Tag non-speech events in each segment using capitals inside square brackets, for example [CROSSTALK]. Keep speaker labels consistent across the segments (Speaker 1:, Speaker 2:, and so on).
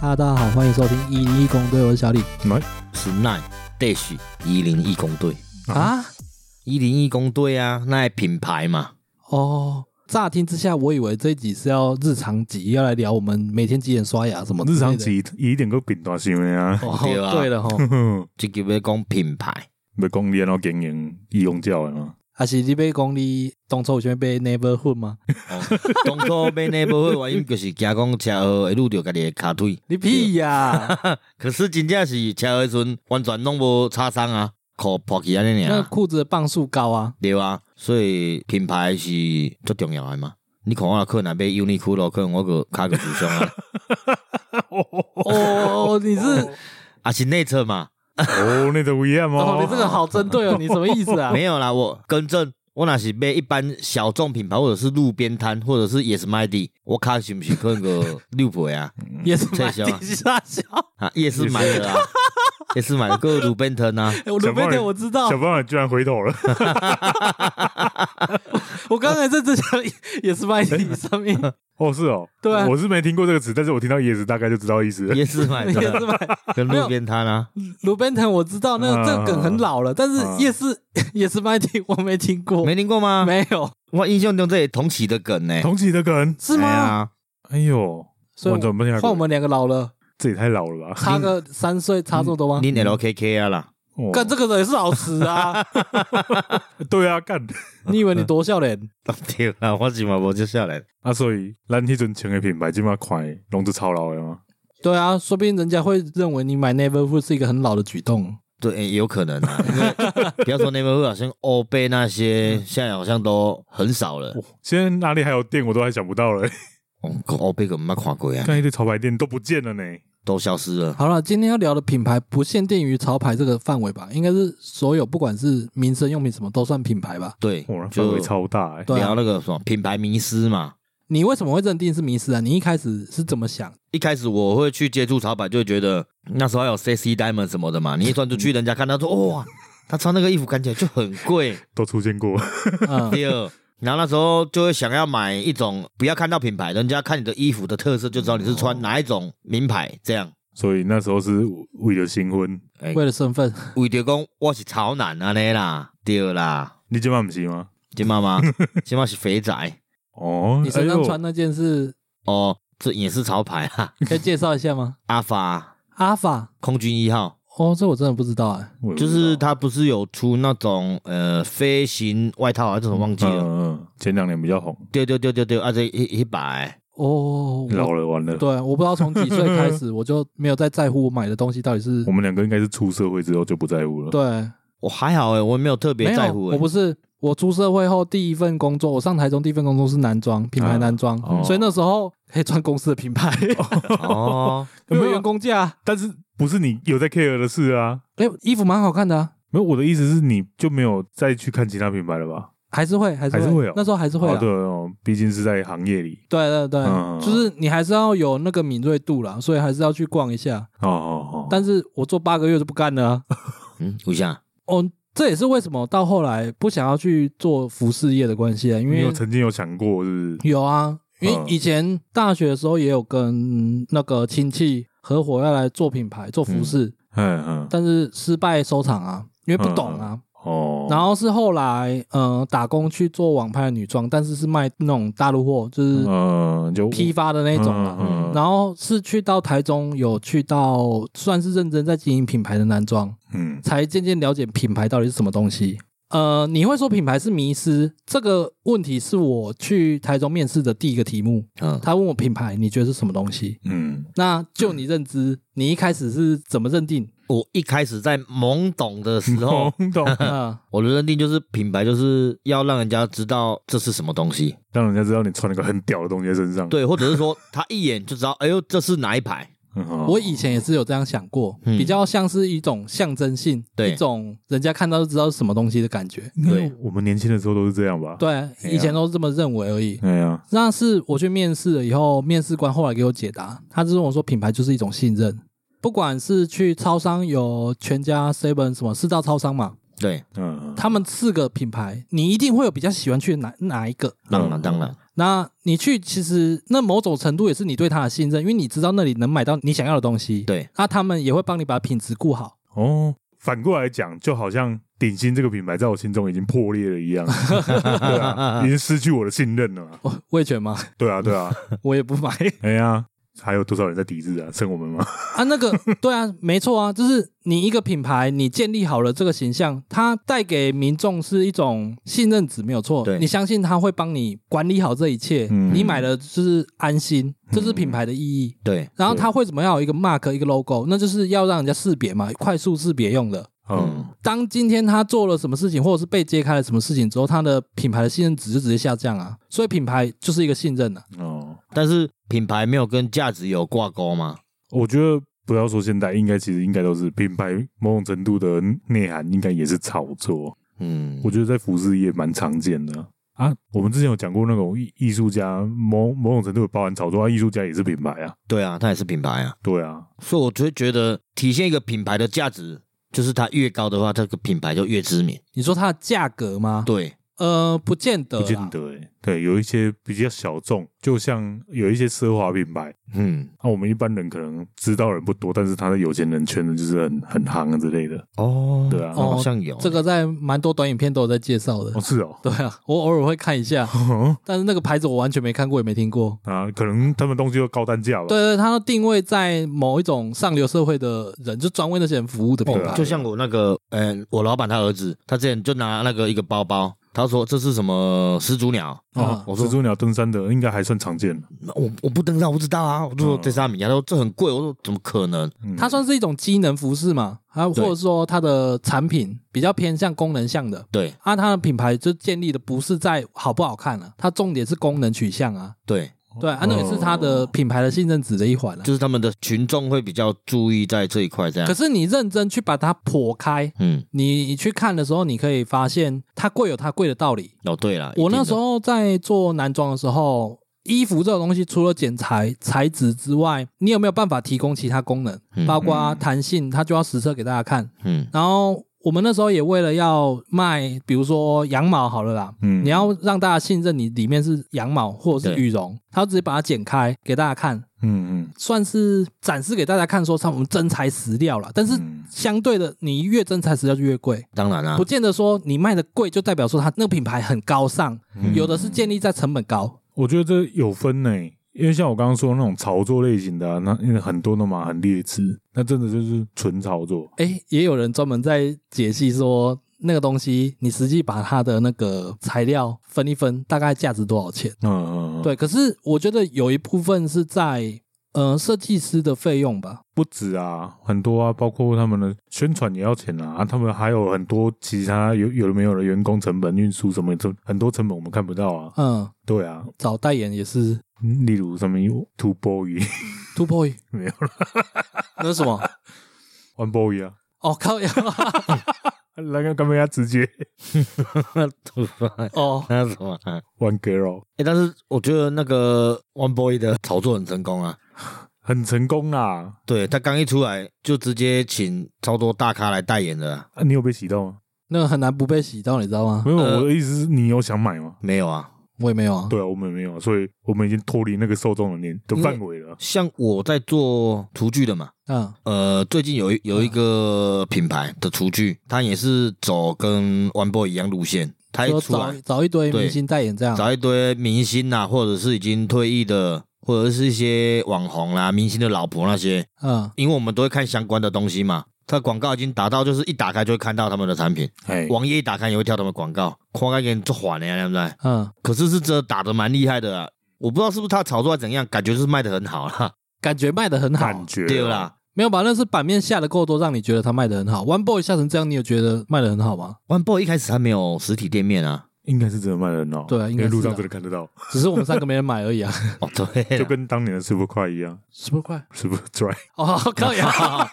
Speaker 1: 哈，大家好，欢迎收听一零一公队，我是小李
Speaker 2: 是 Nine Dash 一零一工队，
Speaker 1: 啊。
Speaker 2: 一零一工队啊，那品牌嘛，
Speaker 1: 哦，乍听之下，我以为这一集是要日常集，要来聊我们每天几点刷牙什么之类
Speaker 3: 日
Speaker 1: 的
Speaker 3: 常。起一点个平大想的啊，
Speaker 1: 哦，
Speaker 2: 对啊
Speaker 1: 对了吼，
Speaker 3: [LAUGHS]
Speaker 2: 这个要讲品牌，
Speaker 3: 要讲你安怎经营义工教的
Speaker 1: [LAUGHS]
Speaker 3: 嘛？
Speaker 1: 还啊是你被讲你当初有想被 neighborhood 吗？
Speaker 2: 哦、当初买那部分原因就是惊讲车祸会拄着家己的骹腿，
Speaker 1: 你屁呀！
Speaker 2: 可是真正是车祸的时阵完全拢无擦伤啊，裤破起安
Speaker 1: [LAUGHS]
Speaker 2: 尼
Speaker 1: 那
Speaker 2: 尔，
Speaker 1: 裤子的磅数高啊，
Speaker 2: 对啊，所以品牌是最重要的嘛。你看我可能买 Uniqlo，可能我个骹个受伤
Speaker 1: [LAUGHS]
Speaker 2: 啊，
Speaker 1: 哦，你是
Speaker 2: 啊是内侧嘛，
Speaker 3: 哦，那都一样
Speaker 1: 哦，你这个
Speaker 3: 哦。
Speaker 1: 好针对哦，你什么意思啊？
Speaker 2: 没有啦，我更正，我若是买一般小众品牌，或者是路边摊，或者是 Yes My D，我卡是不是可能个六倍啊？
Speaker 1: 也是买
Speaker 2: 撤销啊
Speaker 1: 底下小。
Speaker 2: 啊，夜市买的啊， [LAUGHS] 夜市买的个路边摊啊，
Speaker 1: 哎我鲁贝特我知道
Speaker 3: 小，朋友居然回头了， [LAUGHS]
Speaker 1: 我刚才在这想也是卖底上面，
Speaker 3: 哦，是哦，
Speaker 1: 对啊
Speaker 3: 我是没听过这个词，但是我听到椰子大概就知道意思了。
Speaker 2: 夜市买
Speaker 1: 也
Speaker 2: 的
Speaker 1: 是
Speaker 2: 啊
Speaker 1: 卖
Speaker 2: 跟路边摊啊，
Speaker 1: 鲁宾腾我知道，那个
Speaker 3: 嗯
Speaker 1: 这个梗很老了，但是
Speaker 3: 嗯
Speaker 1: 夜市 [LAUGHS] 夜市麦迪我没听过，
Speaker 2: 没听过吗？
Speaker 1: 没
Speaker 3: 啊
Speaker 1: 有，
Speaker 2: 我印象中这里同起的梗呢，
Speaker 3: 同起的梗，
Speaker 1: 是
Speaker 2: 哎
Speaker 1: 吗？
Speaker 2: 呀
Speaker 3: 哎呦，
Speaker 1: 所以
Speaker 3: 完全没听过
Speaker 1: 换我们两个老了，
Speaker 3: 这也太老了吧？ [LAUGHS]
Speaker 1: 差个三岁，差这么多吗？
Speaker 2: 你 LKK 啊啦， [LAUGHS]
Speaker 3: 哦
Speaker 1: 干这个人也是老实啊！
Speaker 3: 对啊，干
Speaker 1: 你以为你多笑脸？
Speaker 2: 对啊，我是嘛无接下来，
Speaker 3: 啊，所以咱迄阵穿的品牌，即马款拢是超老的嘛。
Speaker 1: 对啊，说不定人家会认为你买 Neverfoot 是一个很老的举动。
Speaker 2: 对，哎有可能啊，因为不要说 Neighborhood，好像欧贝那些现在好像都很少了，
Speaker 3: 哦现在哪里还有店，我都还想不到
Speaker 1: [LAUGHS]
Speaker 3: 嘞。
Speaker 2: 哦欧贝个没看过啊，
Speaker 3: 看一堆潮牌店都不见了呢。
Speaker 2: 都消失了。
Speaker 1: 好了，今天要聊的品牌不限定于潮牌这个范围吧，应该是所有不管是民生用品什么都算品牌吧。
Speaker 2: 对
Speaker 3: 哇，，哦范
Speaker 2: 就
Speaker 3: 围超大哎。
Speaker 1: 对啊
Speaker 2: 聊那个什么品牌迷失嘛。
Speaker 1: 你为什么会认定是迷失啊？你一开始是怎么想？
Speaker 2: 一开始我会去接触潮牌，就会觉得那时候还有 C C Diamond 什么的嘛，你一穿出去，人家看到说哇，他穿那个衣服看起来就很贵。
Speaker 3: 都出现过，
Speaker 2: [LAUGHS]
Speaker 1: 嗯，
Speaker 2: 第二，然后那时候就会想要买一种不要看到品牌，人家看你的衣服的特色就知道你是穿哪一种名牌这样。
Speaker 3: 所以那时候是为了新婚。
Speaker 2: 哎
Speaker 1: 为了身份，
Speaker 2: 为着讲我是潮男安尼啦，对啦，
Speaker 3: 你今晚不是吗？
Speaker 2: 金妈妈，金妈是肥宅
Speaker 3: 哦，
Speaker 1: 你身上
Speaker 3: 哎呦
Speaker 1: 穿那件是
Speaker 2: 哦，这也是潮牌啦，
Speaker 1: 可以介绍一下吗？
Speaker 2: 阿法
Speaker 1: 阿法
Speaker 2: 空军一号。
Speaker 1: 哦，这我真的不知道哎、
Speaker 3: 我也不
Speaker 2: 就
Speaker 3: 知道
Speaker 2: 是他不是有出那种呃飞行外套啊，这种忘记了。
Speaker 3: 嗯嗯，前两年比较红，
Speaker 2: 对对对对对，啊这一一百，
Speaker 1: 哦，
Speaker 3: 老
Speaker 1: 我
Speaker 3: 了完
Speaker 2: 啊
Speaker 3: 了。
Speaker 1: 对，我不知道从几岁开 [LAUGHS] 始，我就没有再在乎我买的东西到底是
Speaker 3: 我们两个应该是出社会之后就不在乎了。
Speaker 2: 啊
Speaker 1: 对，
Speaker 2: 我还好哎、我没有特别
Speaker 1: 没
Speaker 2: 在
Speaker 1: 有，
Speaker 2: 乎、
Speaker 1: 我不是。我出社会后第一份工作，我上台中第一份工作是男装品牌
Speaker 3: 啊
Speaker 1: 男装，
Speaker 3: 哦
Speaker 1: 所以那时候可以穿公司的品牌， [LAUGHS]
Speaker 2: 哦，
Speaker 1: 没有
Speaker 3: 没有
Speaker 1: 员工价。
Speaker 3: 但是不是你有在 care 的事啊？
Speaker 1: 哎、衣服蛮好看的、啊，
Speaker 3: 没有，我的意思是你就没有再去看其他品牌了吧？
Speaker 1: 还是会，还是会，
Speaker 3: 还是会哦
Speaker 1: 那时候还是会啊
Speaker 3: 哦
Speaker 1: 啦。
Speaker 3: 对哦，毕竟是在行业里。
Speaker 1: 对对对，
Speaker 3: 嗯
Speaker 1: 就是你还是要有那个敏锐度啦，所以还是要去逛一下。
Speaker 3: 哦哦哦，
Speaker 1: 但是我做八个月就不干了、啊，
Speaker 2: 嗯，我想
Speaker 1: 哦，这也是为什么到后来不想要去做服饰业的关系啊，因
Speaker 3: 你
Speaker 1: 为
Speaker 3: 有曾经有想过是不是？
Speaker 1: 有啊，因为
Speaker 3: 嗯
Speaker 1: 以前大学的时候也有跟那个亲戚合伙要来做品牌、做服饰，
Speaker 3: 嗯嗯，
Speaker 1: 但是失败收场啊，因为不懂啊。
Speaker 3: 哦，
Speaker 1: 然后是后来，呃，打工去做网拍的女装，但是是卖那种大陆货，就是
Speaker 3: 嗯就
Speaker 1: 批发的那种啊。
Speaker 3: 嗯嗯嗯
Speaker 1: 然后是去到台中，有去到算是认真在经营品牌的男装，
Speaker 3: 嗯
Speaker 1: 才渐渐了解品牌到底是什么东西。呃，你会说品牌是迷失这个问题是我去台中面试的第一个题目。
Speaker 2: 嗯，
Speaker 1: 他问我品牌你觉得是什么东西？
Speaker 3: 嗯
Speaker 1: 那就你认知，你一开始是怎么认定？
Speaker 2: 我一开始在懵懂的时
Speaker 3: [LAUGHS]
Speaker 2: 候，
Speaker 3: 懵嗯懂，
Speaker 1: 啊、
Speaker 2: 我的认定就是品牌就是要让人家知道这是什么东西，
Speaker 3: 让人家知道你穿了个很屌的东西在身上。，
Speaker 2: 对，或者是说他一眼就知道，哎呦，这是哪一排？
Speaker 3: 嗯哦
Speaker 1: 我以前也是有这样想过，
Speaker 2: 嗯
Speaker 1: 比较像是一种象征性，
Speaker 2: 对
Speaker 1: 一种人家看到就知道是什么东西的感觉。
Speaker 2: 对
Speaker 3: 对，我们年轻的时候都是这样吧？，
Speaker 1: 对，啊
Speaker 3: 哎呀
Speaker 1: 以前都是这么认为而已。
Speaker 3: 哎呀，
Speaker 1: 那是我去面试了以后，面试官后来给我解答，他就跟我说，品牌就是一种信任，不管是去超商有全家、seven 什么四大超商嘛，
Speaker 2: 对，
Speaker 3: 嗯，
Speaker 1: 他们四个品牌，你一定会有比较喜欢去哪哪一个。
Speaker 2: 当
Speaker 3: 嗯
Speaker 2: 然当然，
Speaker 1: 那你去，其实那某种程度也是你对他的信任，因为你知道那里能买到你想要的东西。，
Speaker 2: 对，
Speaker 1: 那、他们也会帮你把品质顾好。
Speaker 3: 哦，反过来讲，就好像鼎新这个品牌在我心中已经破裂了一样，对啊，已经失去我的信任了嘛。
Speaker 1: 我我也觉得嘛，
Speaker 3: 对啊，对啊，
Speaker 1: 我也不买
Speaker 3: 哎呀，还有多少人在抵制啊？剩我们吗？
Speaker 1: 啊。那
Speaker 3: [LAUGHS]
Speaker 1: 个，对啊，没错啊，就是你一个品牌，你建立好了这个形象，它带给民众是一种信任值，没有错
Speaker 2: 对。
Speaker 1: 你相信他会帮你管理好这一切，
Speaker 3: 嗯
Speaker 1: 你买了就是安心，这是品牌的意义。
Speaker 2: 对，
Speaker 1: 然后它为什么要有一个 mark 一个 logo？那就是要让人家识别嘛，快速识别用的。
Speaker 3: 嗯，
Speaker 1: 当今天他做了什么事情，或者是被揭开了什么事情之后，他的品牌的信任值就直接下降啊。所以品牌就是一个信任啊。
Speaker 3: 哦，
Speaker 2: 但是品牌没有跟价值有挂钩吗？
Speaker 3: 我觉得不要说现在，应该其实应该都是品牌某种程度的内涵，应该也是炒作。
Speaker 2: 嗯，
Speaker 3: 我觉得在服饰业蛮常见的啊。啊我们之前有讲过那种艺艺术家某某种程度有包含炒作，啊，艺术家也是品牌啊。
Speaker 2: 对啊，它也是品牌啊，
Speaker 3: 对啊，
Speaker 2: 所以我就会觉得体现一个品牌的价值，就是它越高的话，这个品牌就越知名。
Speaker 1: 你说它的价格吗？，
Speaker 2: 对，
Speaker 1: 呃，不见得，
Speaker 3: 不见。得哎、对，有一些比较小众，就像有一些奢华品牌，
Speaker 2: 嗯，
Speaker 3: 那、我们一般人可能知道人不多，但是他在有钱人圈子就是很很夯啊之类的。
Speaker 2: 哦
Speaker 3: 对啊
Speaker 1: 哦
Speaker 2: 好像有
Speaker 1: 这个在蛮多短影片都有在介绍的
Speaker 3: 哦，。是哦，
Speaker 1: 对啊，我偶尔会看一下，但是那个牌子我完全没看过，也没听过。
Speaker 3: 啊，可能他们东西又高单价吧。
Speaker 1: 对对，它的定位在某一种上流社会的人，就专为那些人服务的品
Speaker 3: 对
Speaker 1: 牌。
Speaker 3: 啊
Speaker 2: 就像我那个，嗯、我老板他儿子，他之前就拿那个一个包包，他说这是什么始祖鸟，
Speaker 1: 啊
Speaker 2: 我说
Speaker 3: 哦蜘蛛鸟登山的应该还算常见。
Speaker 2: 我我不登山，我不知道啊，我就说
Speaker 3: 嗯
Speaker 2: 这是阿米亚，他说这很贵，我说怎么可能？
Speaker 3: 嗯
Speaker 1: 它算是一种机能服饰嘛，啊，或
Speaker 2: 对
Speaker 1: 者说它的产品比较偏向功能向的。
Speaker 2: 对
Speaker 1: 啊，它的品牌就建立的不是在好不好看啊，它重点是功能取向啊，
Speaker 2: 对，
Speaker 1: 对啊，那也是它的品牌的信任值的一环啊。
Speaker 2: 就是他们的群众会比较注意在这一块，这样
Speaker 1: 可，是你认真去把它剖开，
Speaker 2: 嗯，
Speaker 1: 你去看的时候，你可以发现它贵有它贵的道理。
Speaker 2: 哦对了，
Speaker 1: 我
Speaker 2: 一定
Speaker 1: 那
Speaker 2: 的
Speaker 1: 时候在做男装的时候，衣服这种东西除了剪裁材质之外，你有没有办法提供其他功能？
Speaker 2: 嗯
Speaker 1: 包括弹性，它就要实测给大家看。
Speaker 2: 嗯
Speaker 1: 然后我们那时候也为了要卖，比如说羊毛好了啦，
Speaker 3: 嗯
Speaker 1: 你要让大家信任你里面是羊毛或者是
Speaker 2: 对
Speaker 1: 羽绒，他直接把它剪开给大家看，
Speaker 3: 嗯
Speaker 1: 算是展示给大家看，说他们真材实料啦。但
Speaker 3: 嗯
Speaker 1: 是
Speaker 3: 嗯
Speaker 1: 相对的，你越真材实料就越贵，
Speaker 2: 当然啊
Speaker 1: 不，见得说你卖的贵就代表说它那个品牌很高尚，
Speaker 2: [LAUGHS]
Speaker 3: 嗯
Speaker 1: 有的是建立在成本高。
Speaker 3: 我觉得这有分呢、因为像我刚刚说的那种炒作类型的、啊，那因为很多的嘛，很劣质，那真的就是纯炒作。
Speaker 1: 诶，也有人专门在解析说。那个东西，你实际把它的那个材料分一分，大概价值多少钱？
Speaker 3: 嗯嗯，嗯，
Speaker 1: 对，可是我觉得有一部分是在呃设计师的费用吧。
Speaker 3: 不止啊，很多啊，包括他们的宣传也要钱啊，啊他们还有很多其他有有的没有的员工成本、运输什么的，很多成本我们看不到啊。
Speaker 1: 嗯，
Speaker 3: 对啊，
Speaker 1: 找代言也是
Speaker 3: 例如什么 Two Boy、
Speaker 1: Two Boy
Speaker 3: [LAUGHS] 没有
Speaker 1: 了，那是什么？
Speaker 3: One Boy 啊，
Speaker 1: 哦，靠 [LAUGHS] 呀！
Speaker 3: 那个干嘛要直接
Speaker 1: 哦，
Speaker 2: 那是什么？哎、
Speaker 3: One Girl
Speaker 2: 但是我觉得那个 One Boy 的炒作很成功啊，
Speaker 3: 很成功啊啦、
Speaker 2: 对他刚一出来就直接请超多大咖来代言的、啊，
Speaker 3: 啊，你有被洗到吗？
Speaker 1: 那个很难不被洗到，你知道吗
Speaker 3: 没？有，
Speaker 2: 呃
Speaker 3: 我的意思是你有想买吗？
Speaker 2: 没有啊，
Speaker 1: 我也没有啊。
Speaker 3: 对啊，我们没有，所以我们已经脱离那个受众的年的范围了。
Speaker 2: 像我在做厨具的嘛，
Speaker 1: 嗯，
Speaker 2: 呃，最近有一有一个品牌的厨具，它也是走跟 One Boy 一样路线，它
Speaker 3: 啊
Speaker 2: 一
Speaker 1: 说
Speaker 2: 出
Speaker 1: 找
Speaker 2: 来
Speaker 1: 找一堆
Speaker 2: 对
Speaker 1: 明星代言这样。
Speaker 2: 找一堆明星呐、或者是已经退役的，或者是一些网红啦、明星的老婆那些，
Speaker 1: 嗯，
Speaker 2: 因为我们都会看相关的东西嘛。它广告已经达到，就是一打开就会看到他们的产品，
Speaker 3: 哎
Speaker 2: 网页一打开也会跳他们广告，夸开给你做缓的呀，对不对？
Speaker 1: 嗯，
Speaker 2: 可是是真的打的蛮厉害的、啊，我不知道是不是他炒作还是怎样，感觉就是卖的很好啦，
Speaker 1: 感觉卖的很好
Speaker 3: 感，觉啊
Speaker 2: 对啦。
Speaker 1: 没有吧？那是版面下的够多，让你觉得它卖的很好。One Boy 下成这样，你有觉得卖的很好吗？
Speaker 3: 啊
Speaker 2: One Boy 一开始他没有实体店面啊，
Speaker 3: 应该是真的卖人哦。
Speaker 1: 对啊应该
Speaker 3: 因为路
Speaker 1: 是啊
Speaker 3: 上真的看得到，
Speaker 1: 只是我们三个没人买而已啊。
Speaker 2: 哦对啦，。
Speaker 3: 就跟当年的 Super 快一样
Speaker 1: [LAUGHS] 十多块
Speaker 3: ，Super [LAUGHS]
Speaker 1: [LAUGHS]
Speaker 3: Dry，
Speaker 1: 哦，靠呀！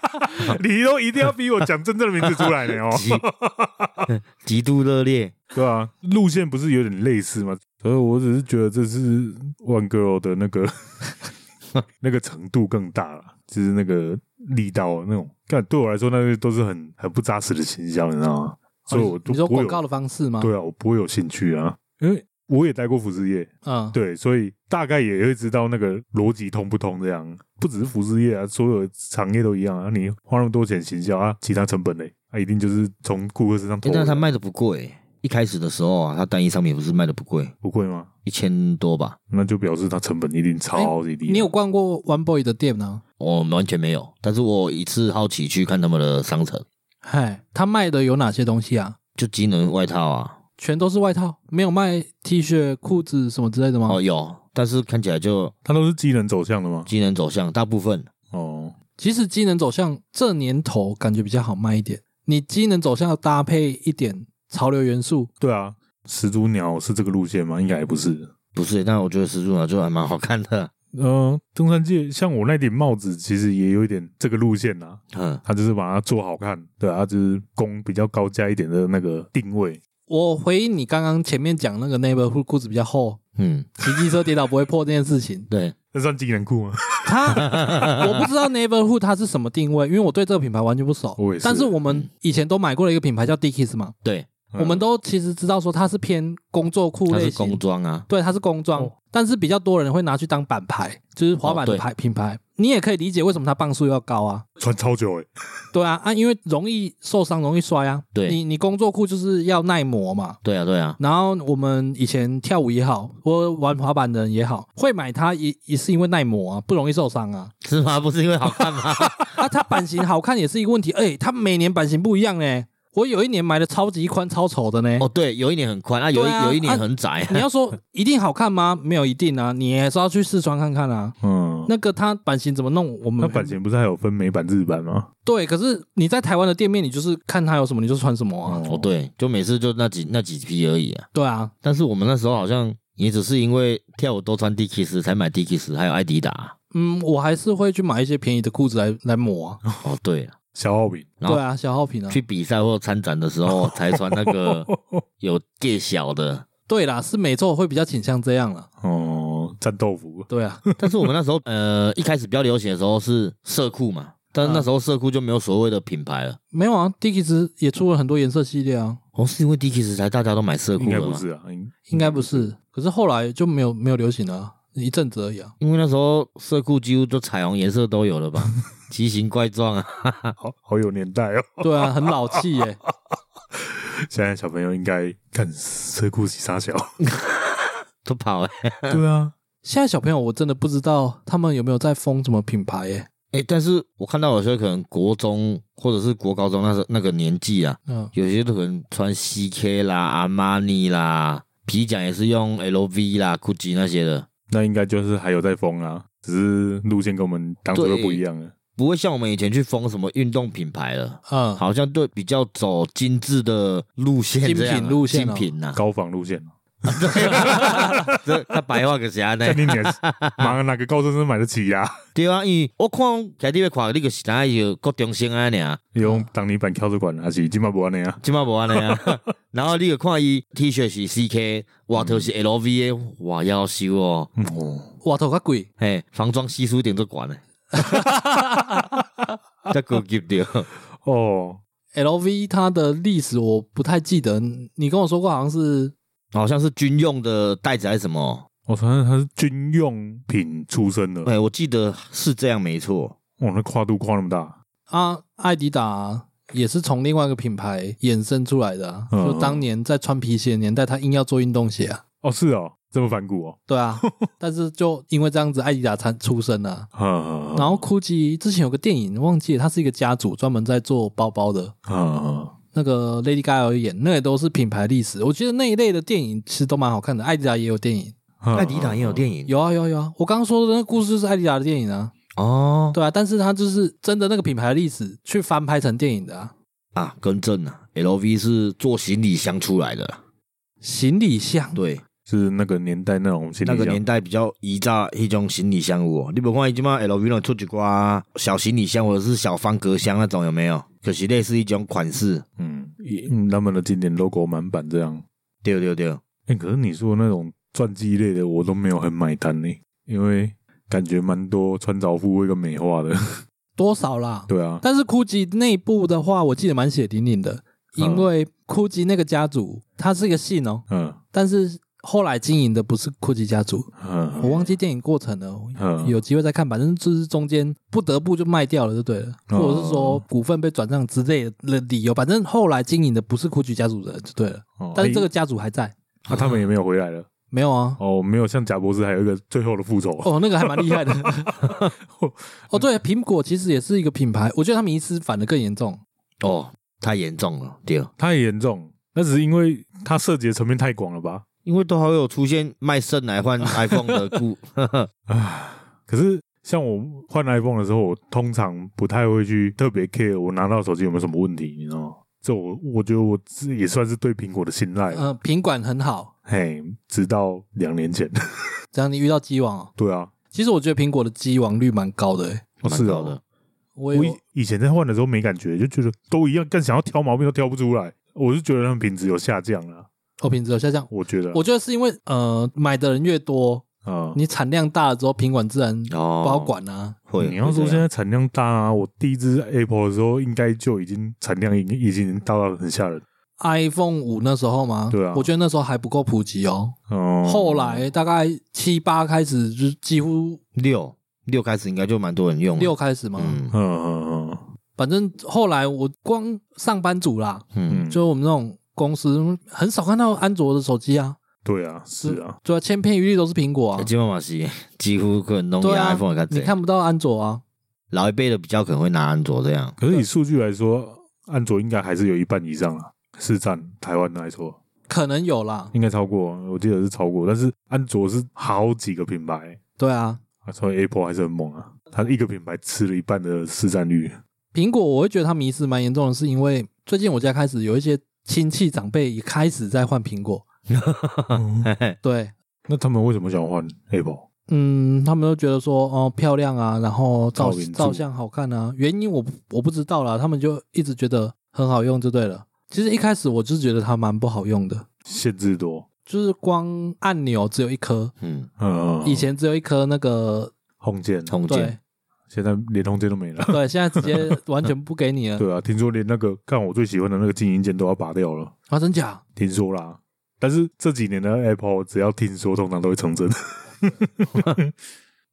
Speaker 3: 你都一定要逼我讲真正的名字出来呢哦
Speaker 1: [LAUGHS]
Speaker 2: 极极度热烈，
Speaker 3: 对啊，路线不是有点类似吗？所以我只是觉得这是 One Girl 的那
Speaker 1: [LAUGHS]
Speaker 3: 个 [LAUGHS] 那个程度更大了，就是那个力道那种。但对我来说，那个都是很很不扎实的行销，你知道吗？ [LAUGHS] 所以我
Speaker 1: 哦
Speaker 3: 就
Speaker 1: 你说
Speaker 3: 不
Speaker 1: 广
Speaker 3: 会有
Speaker 1: 告的方式吗？
Speaker 3: 对啊，我不会有兴趣啊，因为我也待过服饰业，
Speaker 1: 嗯，
Speaker 3: 对，所以大概也会知道那个逻辑通不通这样。不只是服饰业啊，所有产业都一样啊。你花那么多钱行销啊，其他成本嘞，啊，一定就是从顾客身上
Speaker 2: 诶
Speaker 3: 偷的啊。
Speaker 2: 但他卖的不贵，一开始的时候啊，他单一商品不是卖的不贵，
Speaker 3: 不贵吗？
Speaker 2: 一千多吧？
Speaker 3: 那就表示他成本一定超级低啊、
Speaker 1: 你有逛过 One Boy 的店呢？
Speaker 2: 我哦完全没有，但是我一次好奇去看他们的商城，
Speaker 1: 嗨，他卖的有哪些东西啊？
Speaker 2: 就机能外套啊，
Speaker 1: 全都是外套，没有卖 T 恤、裤子什么之类的吗？
Speaker 2: 哦有，但是看起来就
Speaker 3: 他都是机能走向的吗？
Speaker 2: 机能走向，大部分
Speaker 3: 哦，
Speaker 1: 其实机能走向这年头感觉比较好卖一点，你机能走向要搭配一点潮流元素，
Speaker 3: 对啊，始祖鸟是这个路线吗？应该也不是。
Speaker 2: 不是，但我觉得始祖鸟就还蛮好看的， [LAUGHS]
Speaker 3: 呃，登山界像我那顶帽子，其实也有一点这个路线呐、啊。
Speaker 2: 嗯，
Speaker 3: 他就是把它做好看，对啊，他就是攻比较高价一点的那个定位。
Speaker 1: 我回应你刚刚前面讲那个 neighborhood 裤子比较厚，
Speaker 2: 嗯，，
Speaker 1: 骑机车跌倒不会破这件事情
Speaker 2: 对，
Speaker 3: 那算机能裤吗？
Speaker 2: [LAUGHS]
Speaker 1: 它我不知道 neighborhood 它是什么定位，因为我对这个品牌完全不熟。
Speaker 3: 我也是
Speaker 1: 但是我们以前都买过了一个品牌叫 Dickies 嘛，
Speaker 2: 对，
Speaker 1: 我们都其实知道说它是偏工作裤
Speaker 2: 嗯它
Speaker 1: 类
Speaker 2: 是
Speaker 1: 型，
Speaker 2: 工装啊，
Speaker 1: 对，它是工装，但是比较多人会拿去当板牌，就是滑板
Speaker 2: 哦
Speaker 1: 的
Speaker 2: 对
Speaker 1: 牌、品牌。你也可以理解为什么它磅数要高啊，
Speaker 3: 穿超久哎、
Speaker 1: 对啊，啊，因为容易受伤，容易摔啊。
Speaker 2: 对
Speaker 1: 你你工作裤就是要耐磨嘛。
Speaker 2: 对啊，对啊，
Speaker 1: 然后我们以前跳舞也好，或玩滑板的人也好，会买它也也是因为耐磨啊，不容易受伤啊。
Speaker 2: 是吗？ [LAUGHS] 不是因为好
Speaker 1: [LAUGHS]
Speaker 2: 看吗？
Speaker 1: 啊，它版型好看也是一个问题， [LAUGHS] 哎、它每年版型不一样呢、我有一年买的超级宽、超丑的呢。
Speaker 2: 哦，对，有一年很宽啊，有一
Speaker 1: 哎对啊
Speaker 2: 有一
Speaker 1: 啊
Speaker 2: 年很窄啊，
Speaker 1: 你要说一定好看吗？没有一定啊，你还是要去试穿看看啊。
Speaker 3: 嗯，
Speaker 1: 那个它版型怎么弄？我
Speaker 3: 那
Speaker 1: 们
Speaker 3: 版型不是还有分美版、日版吗？
Speaker 1: 对，可是你在台湾的店面，你就是看它有什么，你就穿什么啊。
Speaker 2: [LAUGHS] 哦，对，就每次就那几那几批而已啊。
Speaker 1: 对啊，
Speaker 2: 但是我们那时候好像也只是因为跳舞都穿 Dickies 才买 Dickies，还有艾迪达。
Speaker 1: 嗯，我还是会去买一些便宜的裤子来来抹啊。
Speaker 2: 哦，对啊，
Speaker 3: 小奥饼，
Speaker 2: 然后
Speaker 1: 对啊，消耗品啊。
Speaker 2: 去比赛或参展的时
Speaker 1: [LAUGHS]
Speaker 2: 候才穿那个有界小的。
Speaker 1: 对啦，是每周会比较倾向这样了。
Speaker 3: 哦，战斗服，
Speaker 1: 对啊，
Speaker 2: 但是我们那时候呃一开始比较流行的时候是色裤嘛，但是
Speaker 1: 啊
Speaker 2: 那时候色裤就没有所谓的品牌了。
Speaker 1: 没有啊，Dickies 也出了很多颜色系列啊，
Speaker 2: 哦，是因为 Dickies 才大家都买色
Speaker 3: 应
Speaker 2: 裤
Speaker 3: 该
Speaker 2: 了
Speaker 3: 不
Speaker 2: 吗？
Speaker 3: 是啊，应
Speaker 1: 应该不是。可是后来就没有没有流行了啊、一阵子而已啊。
Speaker 2: 因为那时候色裤几乎就彩虹颜色都有了 [LAUGHS] 吧，奇形怪状啊。 [LAUGHS]
Speaker 3: 好好有年代哦。
Speaker 1: 对啊，很老气耶、
Speaker 3: 现在小朋友应该看车库洗
Speaker 2: [LAUGHS]
Speaker 3: 沙小，
Speaker 2: 都跑 [LAUGHS] 哎、欸
Speaker 3: 对啊，
Speaker 1: 现在小朋友我真的不知道他们有没有在封什么品牌耶、
Speaker 2: 欸但是我看到有些可能国中或者是国高中那时候那个年纪啊，
Speaker 1: 嗯，
Speaker 2: 有些都可能穿 CK 啦、阿玛尼啦，皮夹也是用 LV 啦、GUCCI 那些的，
Speaker 3: 那应该就是还有在疯啊，只是路线跟我们当初都不一样了。
Speaker 2: 不会像我们以前去封什么运动品牌了，
Speaker 1: 嗯，
Speaker 2: 好像对比较走精致的路线这样啊、 [LAUGHS]
Speaker 1: 精品路线哦
Speaker 2: 精
Speaker 1: [LAUGHS]
Speaker 2: 品呐、
Speaker 3: 高仿路线，
Speaker 2: 这他白话个啥呢
Speaker 3: 那？你
Speaker 2: [LAUGHS]
Speaker 3: 年妈哪个高中生买得起呀、
Speaker 2: 对啊，因为我看在你要看你个时代有国中生安尼啊，
Speaker 3: 用当年版跳水管还是金马博那样？
Speaker 2: 即嘛无安尼啊。然后你有看伊 T 恤是 CK，外头是 LV 的，哇要收哦，
Speaker 3: 哦，
Speaker 1: 哇头较贵，
Speaker 2: 嘿，防撞系数点都管嘞，这个级着。
Speaker 3: 哦，
Speaker 1: LV 它的历史我不太记得，你跟我说过好像是
Speaker 2: 好像是军用的袋子还是什么？
Speaker 3: 我承哦认他是军用品出身的，
Speaker 2: 哎、我记得是这样，没错。
Speaker 3: 哇，那跨度跨那么大，
Speaker 1: 啊，艾迪达也是从另外一个品牌衍生出来的、啊，
Speaker 3: 嗯
Speaker 1: 就当年在穿皮鞋的年代，他硬要做运动鞋啊。
Speaker 3: 哦，是哦，这么反骨哦，
Speaker 1: 对啊，但是就因为这样子，艾迪达才出生了、啊。
Speaker 3: 哈
Speaker 1: 然后 GUCCI 之前有个电影忘记了，它是一个家族专门在做包包的，
Speaker 3: 啊，
Speaker 1: 那个 Lady Gaga 有演，那也都是品牌历史。我觉得那一类的电影其实都蛮好看的，艾迪达也有电影，
Speaker 3: 艾
Speaker 2: 电影
Speaker 1: 有啊有啊有啊。我刚刚说的那个故事就是艾迪达的电影啊，
Speaker 2: 哦
Speaker 1: 对啊，但是它就是真的那个品牌的历史去翻拍成电影的啊。
Speaker 2: 啊，更正了，LV 是做行李箱出来的啦，
Speaker 1: 行李箱，
Speaker 2: 对，
Speaker 3: 是那个年代那种心理
Speaker 2: 那个
Speaker 3: 箱
Speaker 2: 年代比较依照一种行李箱哦。你不看伊即马 LV 那出一寡小行李箱或者是小方格箱那种有没有？就是类似一种款式，
Speaker 3: 嗯，也嗯他们的经典 logo 满版这样。
Speaker 2: 对对对，
Speaker 3: 哎、可是你说的那种传记类的，我都没有很买单呢、因为感觉蛮多穿着附会跟美化的。 [LAUGHS]
Speaker 1: 多少啦？
Speaker 3: 对啊，
Speaker 1: 但是 GUCCI 内部的话，我记得蛮血淋淋的。因为 GUCCI 那个家族它是一个姓哦，
Speaker 3: 嗯
Speaker 1: 但是后来经营的不是 GUCCI 家族，我
Speaker 3: 嗯
Speaker 1: 忘记电影过程了，
Speaker 3: 嗯，
Speaker 1: 有机会再看，反正就是中间不得不就卖掉了，就对了，
Speaker 3: 哦
Speaker 1: 或者是说股份被转让之类的理由，反正后来经营的不是 GUCCI 家族的人就对了，
Speaker 3: 哦
Speaker 1: 但是这个
Speaker 3: 诶
Speaker 1: 家族还在，
Speaker 3: 啊，他们也没有回来了。
Speaker 1: 没有啊。
Speaker 3: 哦，没有像贾博士还有一个最后的复仇。
Speaker 1: 哦，那个还蛮厉害的。 [LAUGHS] 哦，对，苹果其实也是一个品牌，我觉得他迷失反的更严重。
Speaker 2: 哦，太严重了，对，
Speaker 3: 太严重，那只是因为它涉及的层面太广了吧？
Speaker 2: 因为都还有出现卖肾来换 iPhone 的 [LAUGHS] 故，
Speaker 3: 可是像我换 iPhone 的时候，我通常不太会去特别 care 我拿到手机有没有什么问题，你知道吗？这我我觉得我自也算是对苹果的信赖，
Speaker 1: 嗯、品管很好，
Speaker 3: 嘿，直到两年前， [LAUGHS]
Speaker 1: 只要你遇到鸡王、哦，
Speaker 3: 对啊，
Speaker 1: 其实我觉得苹果的鸡王率蛮高的、欸。
Speaker 3: 哦是
Speaker 2: 蛮
Speaker 3: 哦
Speaker 2: 高的。
Speaker 1: 我
Speaker 3: 我
Speaker 1: 有
Speaker 3: 以以前在换的时候没感觉，就觉得都一样，更想要挑毛病都挑不出来，我是觉得他们品质有下降了，
Speaker 1: 哦品质有下降，
Speaker 3: 我觉得啊，
Speaker 1: 我觉得是因为呃买的人越多，
Speaker 3: 啊、
Speaker 1: 你产量大了之后，品管自然
Speaker 2: 哦，
Speaker 1: 不好管啊。
Speaker 2: 会。
Speaker 3: 你要
Speaker 2: 会
Speaker 3: 说现
Speaker 2: 这样
Speaker 3: 在产量大啊，我第一支 Apple 的时候应该就已经产量已经已经大到很吓人。
Speaker 1: iPhone 五那时候嘛，
Speaker 3: 对啊
Speaker 1: 我觉得那时候还不够普及哦。
Speaker 3: 哦，
Speaker 1: 后来大概七八开始，就几乎
Speaker 2: 六六开始应该就蛮多人用了
Speaker 1: 六，开始嘛，
Speaker 2: 嗯
Speaker 3: 嗯，嗯嗯
Speaker 1: 反正后来我光上班族啦，
Speaker 2: 嗯
Speaker 3: 嗯，
Speaker 1: 就我们那种公司很少看到安卓的手机啊，
Speaker 3: 对啊，是啊，
Speaker 1: 对啊，千篇一律都是苹果啊
Speaker 2: 欸，基本上是几乎可能都
Speaker 1: 对
Speaker 2: 拿
Speaker 1: 啊
Speaker 2: iPhone 来
Speaker 1: 你
Speaker 2: 看，
Speaker 1: 看不到安卓啊，
Speaker 2: 老一辈的比较可能会拿安卓这样，
Speaker 3: 可是以数据来说，安卓应该还是有一半以上啊，是占台湾来说
Speaker 1: 可能有啦，
Speaker 3: 应该超过，我记得是超过，但是安卓是好几个品牌，
Speaker 1: 对啊，
Speaker 3: 啊所以 Apple 还是很猛啊，它一个品牌吃了一半的市占率，
Speaker 1: 苹果我会觉得它迷失蛮严重的，是因为最近我家开始有一些亲戚长辈也开始在换苹果，
Speaker 3: 嗯
Speaker 2: 嘿嘿
Speaker 1: 对，
Speaker 3: 那他们为什么想换 Apple？
Speaker 1: 嗯，他们都觉得说哦漂亮啊，然后照
Speaker 3: 照明柱
Speaker 1: 照相好看啊，原因我不我不知道啦，他们就一直觉得很好用就对了。其实一开始我就觉得它蛮不好用的，
Speaker 3: 限制多，
Speaker 1: 就是光按钮只有一颗，
Speaker 2: [LAUGHS] 嗯，
Speaker 3: 嗯，
Speaker 1: 以前只有一颗那个，
Speaker 3: 红键，
Speaker 2: 空间
Speaker 1: 对
Speaker 3: 现在连红键都没了。
Speaker 2: [LAUGHS]
Speaker 1: 对，现在直接完全不给你了
Speaker 3: 对啊，听说连那个干我最喜欢的那个静音键都要拔掉了，
Speaker 1: 啊，真假？
Speaker 3: 听说啦。但是这几年的 Apple 只要听说，通常都会成真。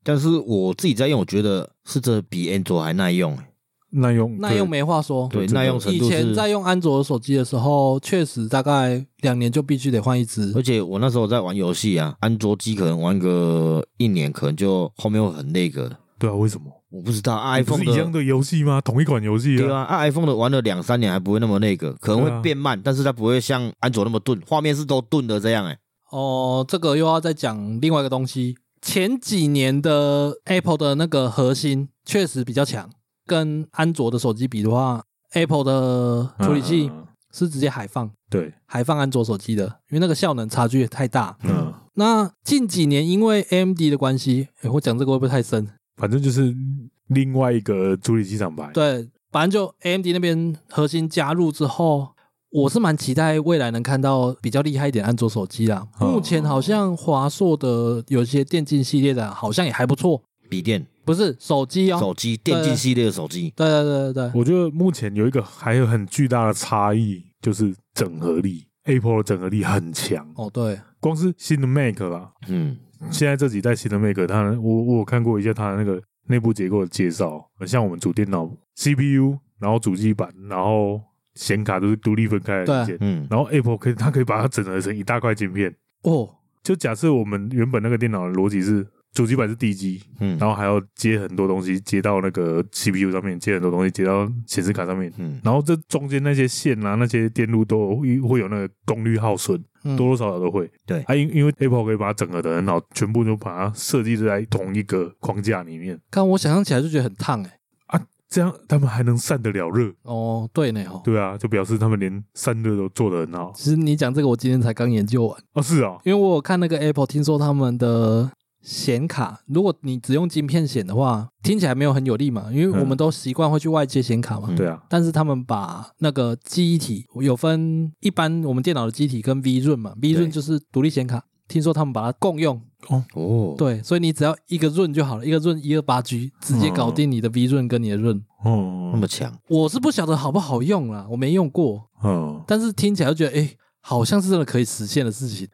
Speaker 2: 但是我自己在用，我觉得是这比安卓还耐用，欸
Speaker 3: 耐用，
Speaker 1: [LAUGHS] 那
Speaker 3: 对
Speaker 1: 又没话说。
Speaker 2: 对，
Speaker 3: 真的
Speaker 2: 耐用程
Speaker 1: 以
Speaker 2: 度
Speaker 1: 前
Speaker 2: 是。
Speaker 1: 在用安卓手机的时候，确实大概两年就必须得换一只
Speaker 2: 而。且我那时候在玩游戏啊，安卓机可能玩个一年，可能就后面会很那个。
Speaker 3: 对啊，为什么
Speaker 2: 我不知道、啊、
Speaker 3: 你不
Speaker 2: iPhone
Speaker 3: 是一样的游戏吗？同一款游戏
Speaker 2: 对啊，啊 iPhone 的玩了两三年还不会那么那个，可能
Speaker 3: 对啊
Speaker 2: 会变慢，但是它不会像安卓那么钝，画面是都钝的这样哎、欸
Speaker 1: 哦，这个又要再讲另外一个东西。前几年的 Apple 的那个核心确实比较强，跟安卓的手机比的话，Apple 的处理器
Speaker 3: 嗯
Speaker 1: 是直接海放，
Speaker 3: 对，
Speaker 1: 海放安卓手机的，因为那个效能差距也太大。
Speaker 3: 嗯，
Speaker 1: 那近几年因为 AMD 的关系，诶我讲这个会不会太深？
Speaker 3: 反正就是另外一个处理器厂牌。
Speaker 1: 对，啊反正就 AMD 那边核心加入之后，我是蛮期待未来能看到比较厉害一点安卓手机啦。
Speaker 3: 哦
Speaker 1: 目前好像华硕的有些电竞系列的，好像也还不错，
Speaker 2: 笔电、
Speaker 1: 不是手机哦。
Speaker 2: 手机、电竞系列的手机，
Speaker 1: 对对对对对，
Speaker 3: 我觉得目前有一个还有很巨大的差异，就是整合力。Apple 的整合力很强，
Speaker 1: 哦对，
Speaker 3: 光是新的 Mac 吧，
Speaker 2: 嗯，
Speaker 3: 现在这几代新的 Mac，它我我有看过一下它的那个内部结构的介绍，像我们主电脑 CPU，然后主机板，然后显卡都是独立分开
Speaker 1: 啊
Speaker 3: 的零件，
Speaker 2: 嗯，
Speaker 3: 然后 Apple 可以它可以把它整合成一大块晶片。
Speaker 1: 哦
Speaker 3: 就假设我们原本那个电脑的逻辑是主机板是地基，
Speaker 2: 嗯，
Speaker 3: 然后还要接很多东西，接到那个 CPU 上面，接很多东西，接到显示卡上面。
Speaker 2: 嗯，
Speaker 3: 然后这中间那些线啊，那些电路都会会有那个功率耗损，
Speaker 1: 嗯
Speaker 3: 多多少少都会。
Speaker 2: 对
Speaker 3: 啊，因因为 Apple 可以把它整合的很好，全部都把它设计在同一个框架里面，
Speaker 1: 看我想象起来就觉得很烫哎、
Speaker 3: 这样他们还能散得了热。
Speaker 1: 哦，对呢哦。
Speaker 3: 对啊，就表示他们连散热都做得很好。
Speaker 1: 其实你讲这个，我今天才刚研究完，
Speaker 3: 哦，是啊、
Speaker 1: 因为我有看那个 Apple，听说他们的显卡，如果你只用晶片显的话，听起来没有很有力嘛，因为
Speaker 3: 嗯
Speaker 1: 我们都习惯会去外接显卡嘛。
Speaker 2: 嗯
Speaker 3: 对啊，
Speaker 1: 但是他们把那个记忆体有分一般我们电脑的记忆体跟 V 润嘛，V 润就是独立显卡，听说他们把它共用，
Speaker 2: 哦，
Speaker 1: 对，所以你只要一个润就好了，一个润一二八 G，直接搞定你的 V 润跟你的润。
Speaker 2: 那
Speaker 3: 嗯
Speaker 2: 么强，
Speaker 1: 我是不晓得好不好用啦，我没用过，
Speaker 3: 嗯
Speaker 1: 但是听起来就觉得，哎、好像是真的可以实现的事情。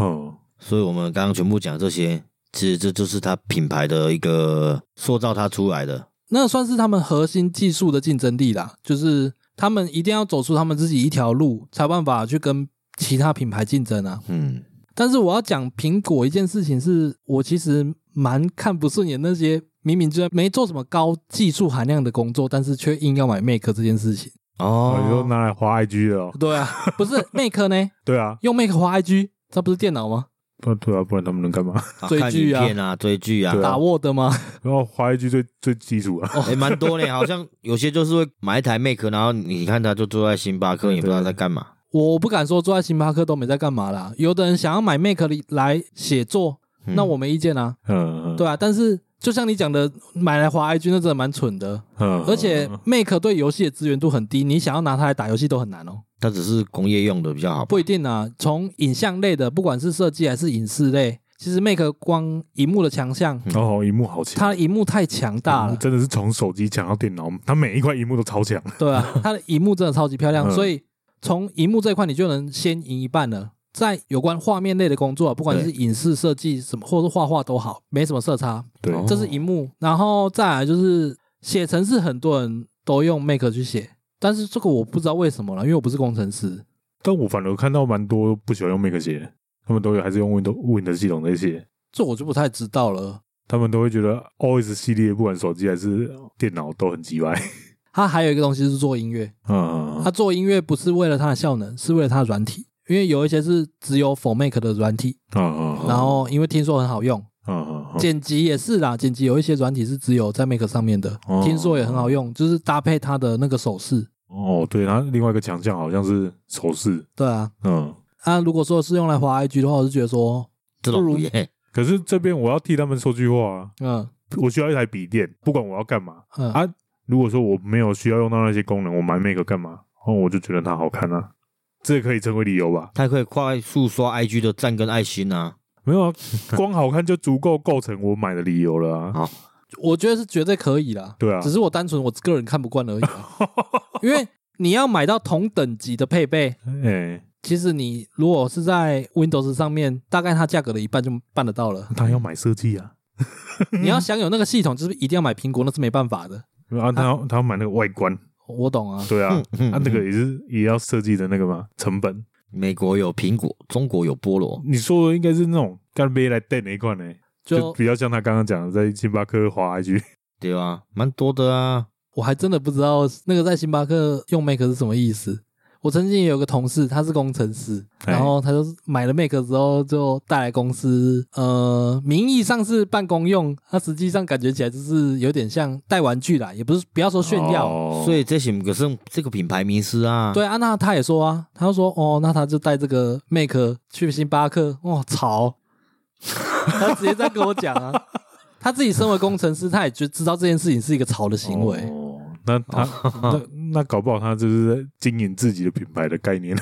Speaker 3: 嗯，
Speaker 2: 所以我们刚刚全部讲这些，其实这就是它品牌的一个塑造，它出来的。
Speaker 1: 那算是他们核心技术的竞争力啦，就是他们一定要走出他们自己一条路，才有办法去跟其他品牌竞争啊。
Speaker 2: 嗯，
Speaker 1: 但是我要讲苹果一件事情是，我其实蛮看不顺眼那些明明就没做什么高技术含量的工作，但是却硬要买 Mac 这件事情。
Speaker 2: 哦
Speaker 3: 哦，你说拿来划 IG 的哦，
Speaker 1: 对啊，不是 Mac 呢，
Speaker 3: 对啊，
Speaker 1: 用 Mac 滑 IG，这不是电脑吗？
Speaker 3: 不对啊，不然他们能干嘛？ [LAUGHS]
Speaker 2: 啊
Speaker 1: 追剧啊
Speaker 2: 看影片啊，追剧啊
Speaker 3: 对，
Speaker 1: 打 Word 吗？
Speaker 3: 然后划 IG 最最基础啊， [LAUGHS]
Speaker 2: 哎，蛮多呢，好像有些就是会买一台 Mac，然后你看他就坐在星巴克，也不知道在干嘛。
Speaker 1: 我不敢说坐在星巴克都没在干嘛啦。有的人想要买 Mac 来写作，
Speaker 2: 嗯
Speaker 1: 那我没意见啊，
Speaker 3: 嗯，
Speaker 1: 对啊。但是就像你讲的，买来滑 IG 那真的蛮蠢的，
Speaker 3: 嗯，
Speaker 1: 而且 Mac 对游戏的资源度很低，你想要拿它来打游戏都很难哦。
Speaker 2: 它只是工业用的比较好吧。
Speaker 1: 不一定啊，从影像类的，不管是设计还是影视类，其实 Mac 光荧幕的强项，
Speaker 3: 哦，荧幕好强，
Speaker 1: 它的荧幕太强大了，
Speaker 3: 真的是从手机抢到电脑，它每一块荧幕都超强， [LAUGHS]
Speaker 1: 对啊，它的荧幕真的超级漂亮，
Speaker 3: 嗯
Speaker 1: 所以从荧幕这一块你就能先赢一半了。在有关画面类的工作啊，不管是影视设计什么，或者是画画都好，没什么色差，
Speaker 3: 对，
Speaker 2: 哦
Speaker 1: 这是荧幕。然后再来就是写程式，很多人都用 Mac 去写，但是这个我不知道为什么了，因为我不是工程师。
Speaker 3: 但我反而看到蛮多不喜欢用 Mac 写，他们都有还是用 Windows Windows 系统在写，
Speaker 1: 这我就不太知道了。
Speaker 3: 他们都会觉得 OS 系列不管手机还是电脑都很鸡歪，
Speaker 1: 它还有一个东西是做音乐，
Speaker 3: [LAUGHS] 嗯
Speaker 1: 他做音乐不是为了它的效能，是为了它的软体，因为有一些是只有 For Make 的软体，
Speaker 3: 嗯嗯，
Speaker 1: 啊然后因为听说很好用，
Speaker 3: 嗯嗯
Speaker 1: 剪辑也是啦，剪辑有一些软体是只有在 Make 上面的
Speaker 3: 哦，
Speaker 1: 听说也很好用，就是搭配它的那个手势，
Speaker 3: 哦，对，然后另外一个强项好像是手势，
Speaker 1: 对啊。
Speaker 3: 嗯。
Speaker 1: 啊，如果说是用来滑 IG 的话，我是觉得说，
Speaker 2: 这种不也
Speaker 3: 可是这边我要替他们说句话、啊，
Speaker 1: 嗯
Speaker 3: 我需要一台笔电，不管我要干嘛。
Speaker 1: 嗯，
Speaker 3: 啊如果说我没有需要用到那些功能，我买 Mac 干嘛？哦，我就觉得它好看啊，这可以成为理由吧？
Speaker 2: 它可以快速刷 IG 的赞跟爱心啊。
Speaker 3: 没有啊， [LAUGHS] 光好看就足够构成我买的理由了啊。
Speaker 2: 好，
Speaker 1: 我觉得是绝对可以啦，
Speaker 3: 对啊
Speaker 1: 只是我单纯我个人看不惯而已
Speaker 3: [LAUGHS]
Speaker 1: 啊，因为你要买到同等级的配备。
Speaker 3: 哎、
Speaker 1: 其实你如果是在 Windows 上面，大概它价格的一半就办得到了。
Speaker 3: 他要买设计啊，
Speaker 1: 你要享有那个系统，就是一定要买苹果，那是没办法的。
Speaker 3: 啊，他要他要买那个外观，
Speaker 1: 我懂啊，
Speaker 3: 对啊，
Speaker 2: 嗯
Speaker 3: 啊，那个也是也要设计的那个嘛，成本。
Speaker 2: 美国有苹果，中国有菠萝，
Speaker 3: 你说的应该是那种干杯来带那一款呢、就
Speaker 1: 就
Speaker 3: 比较像他刚刚讲的，在星巴克滑 IG，
Speaker 2: 对啊，蛮多的啊。
Speaker 1: 我还真的不知道那个在星巴克用 Mac 是什么意思。我曾经也有个同事，他是工程师，
Speaker 3: 哎
Speaker 1: 然后他就买了 Mac 之后，就带来公司，呃，名义上是办公用，他实际上感觉起来就是有点像带玩具啦，也不是不要说炫耀，
Speaker 3: 哦
Speaker 2: 所以这些可是这个品牌迷失啊。
Speaker 1: 对啊，那他也说啊，他就说哦，那他就带这个 Mac 去星巴克，哦，吵， [LAUGHS] 他直接在跟我讲啊，他自己身为工程师，他也觉知道这件事情是一个吵的行为，
Speaker 3: 哦、那他、那那搞不好他就是在经营自己的品牌的概念。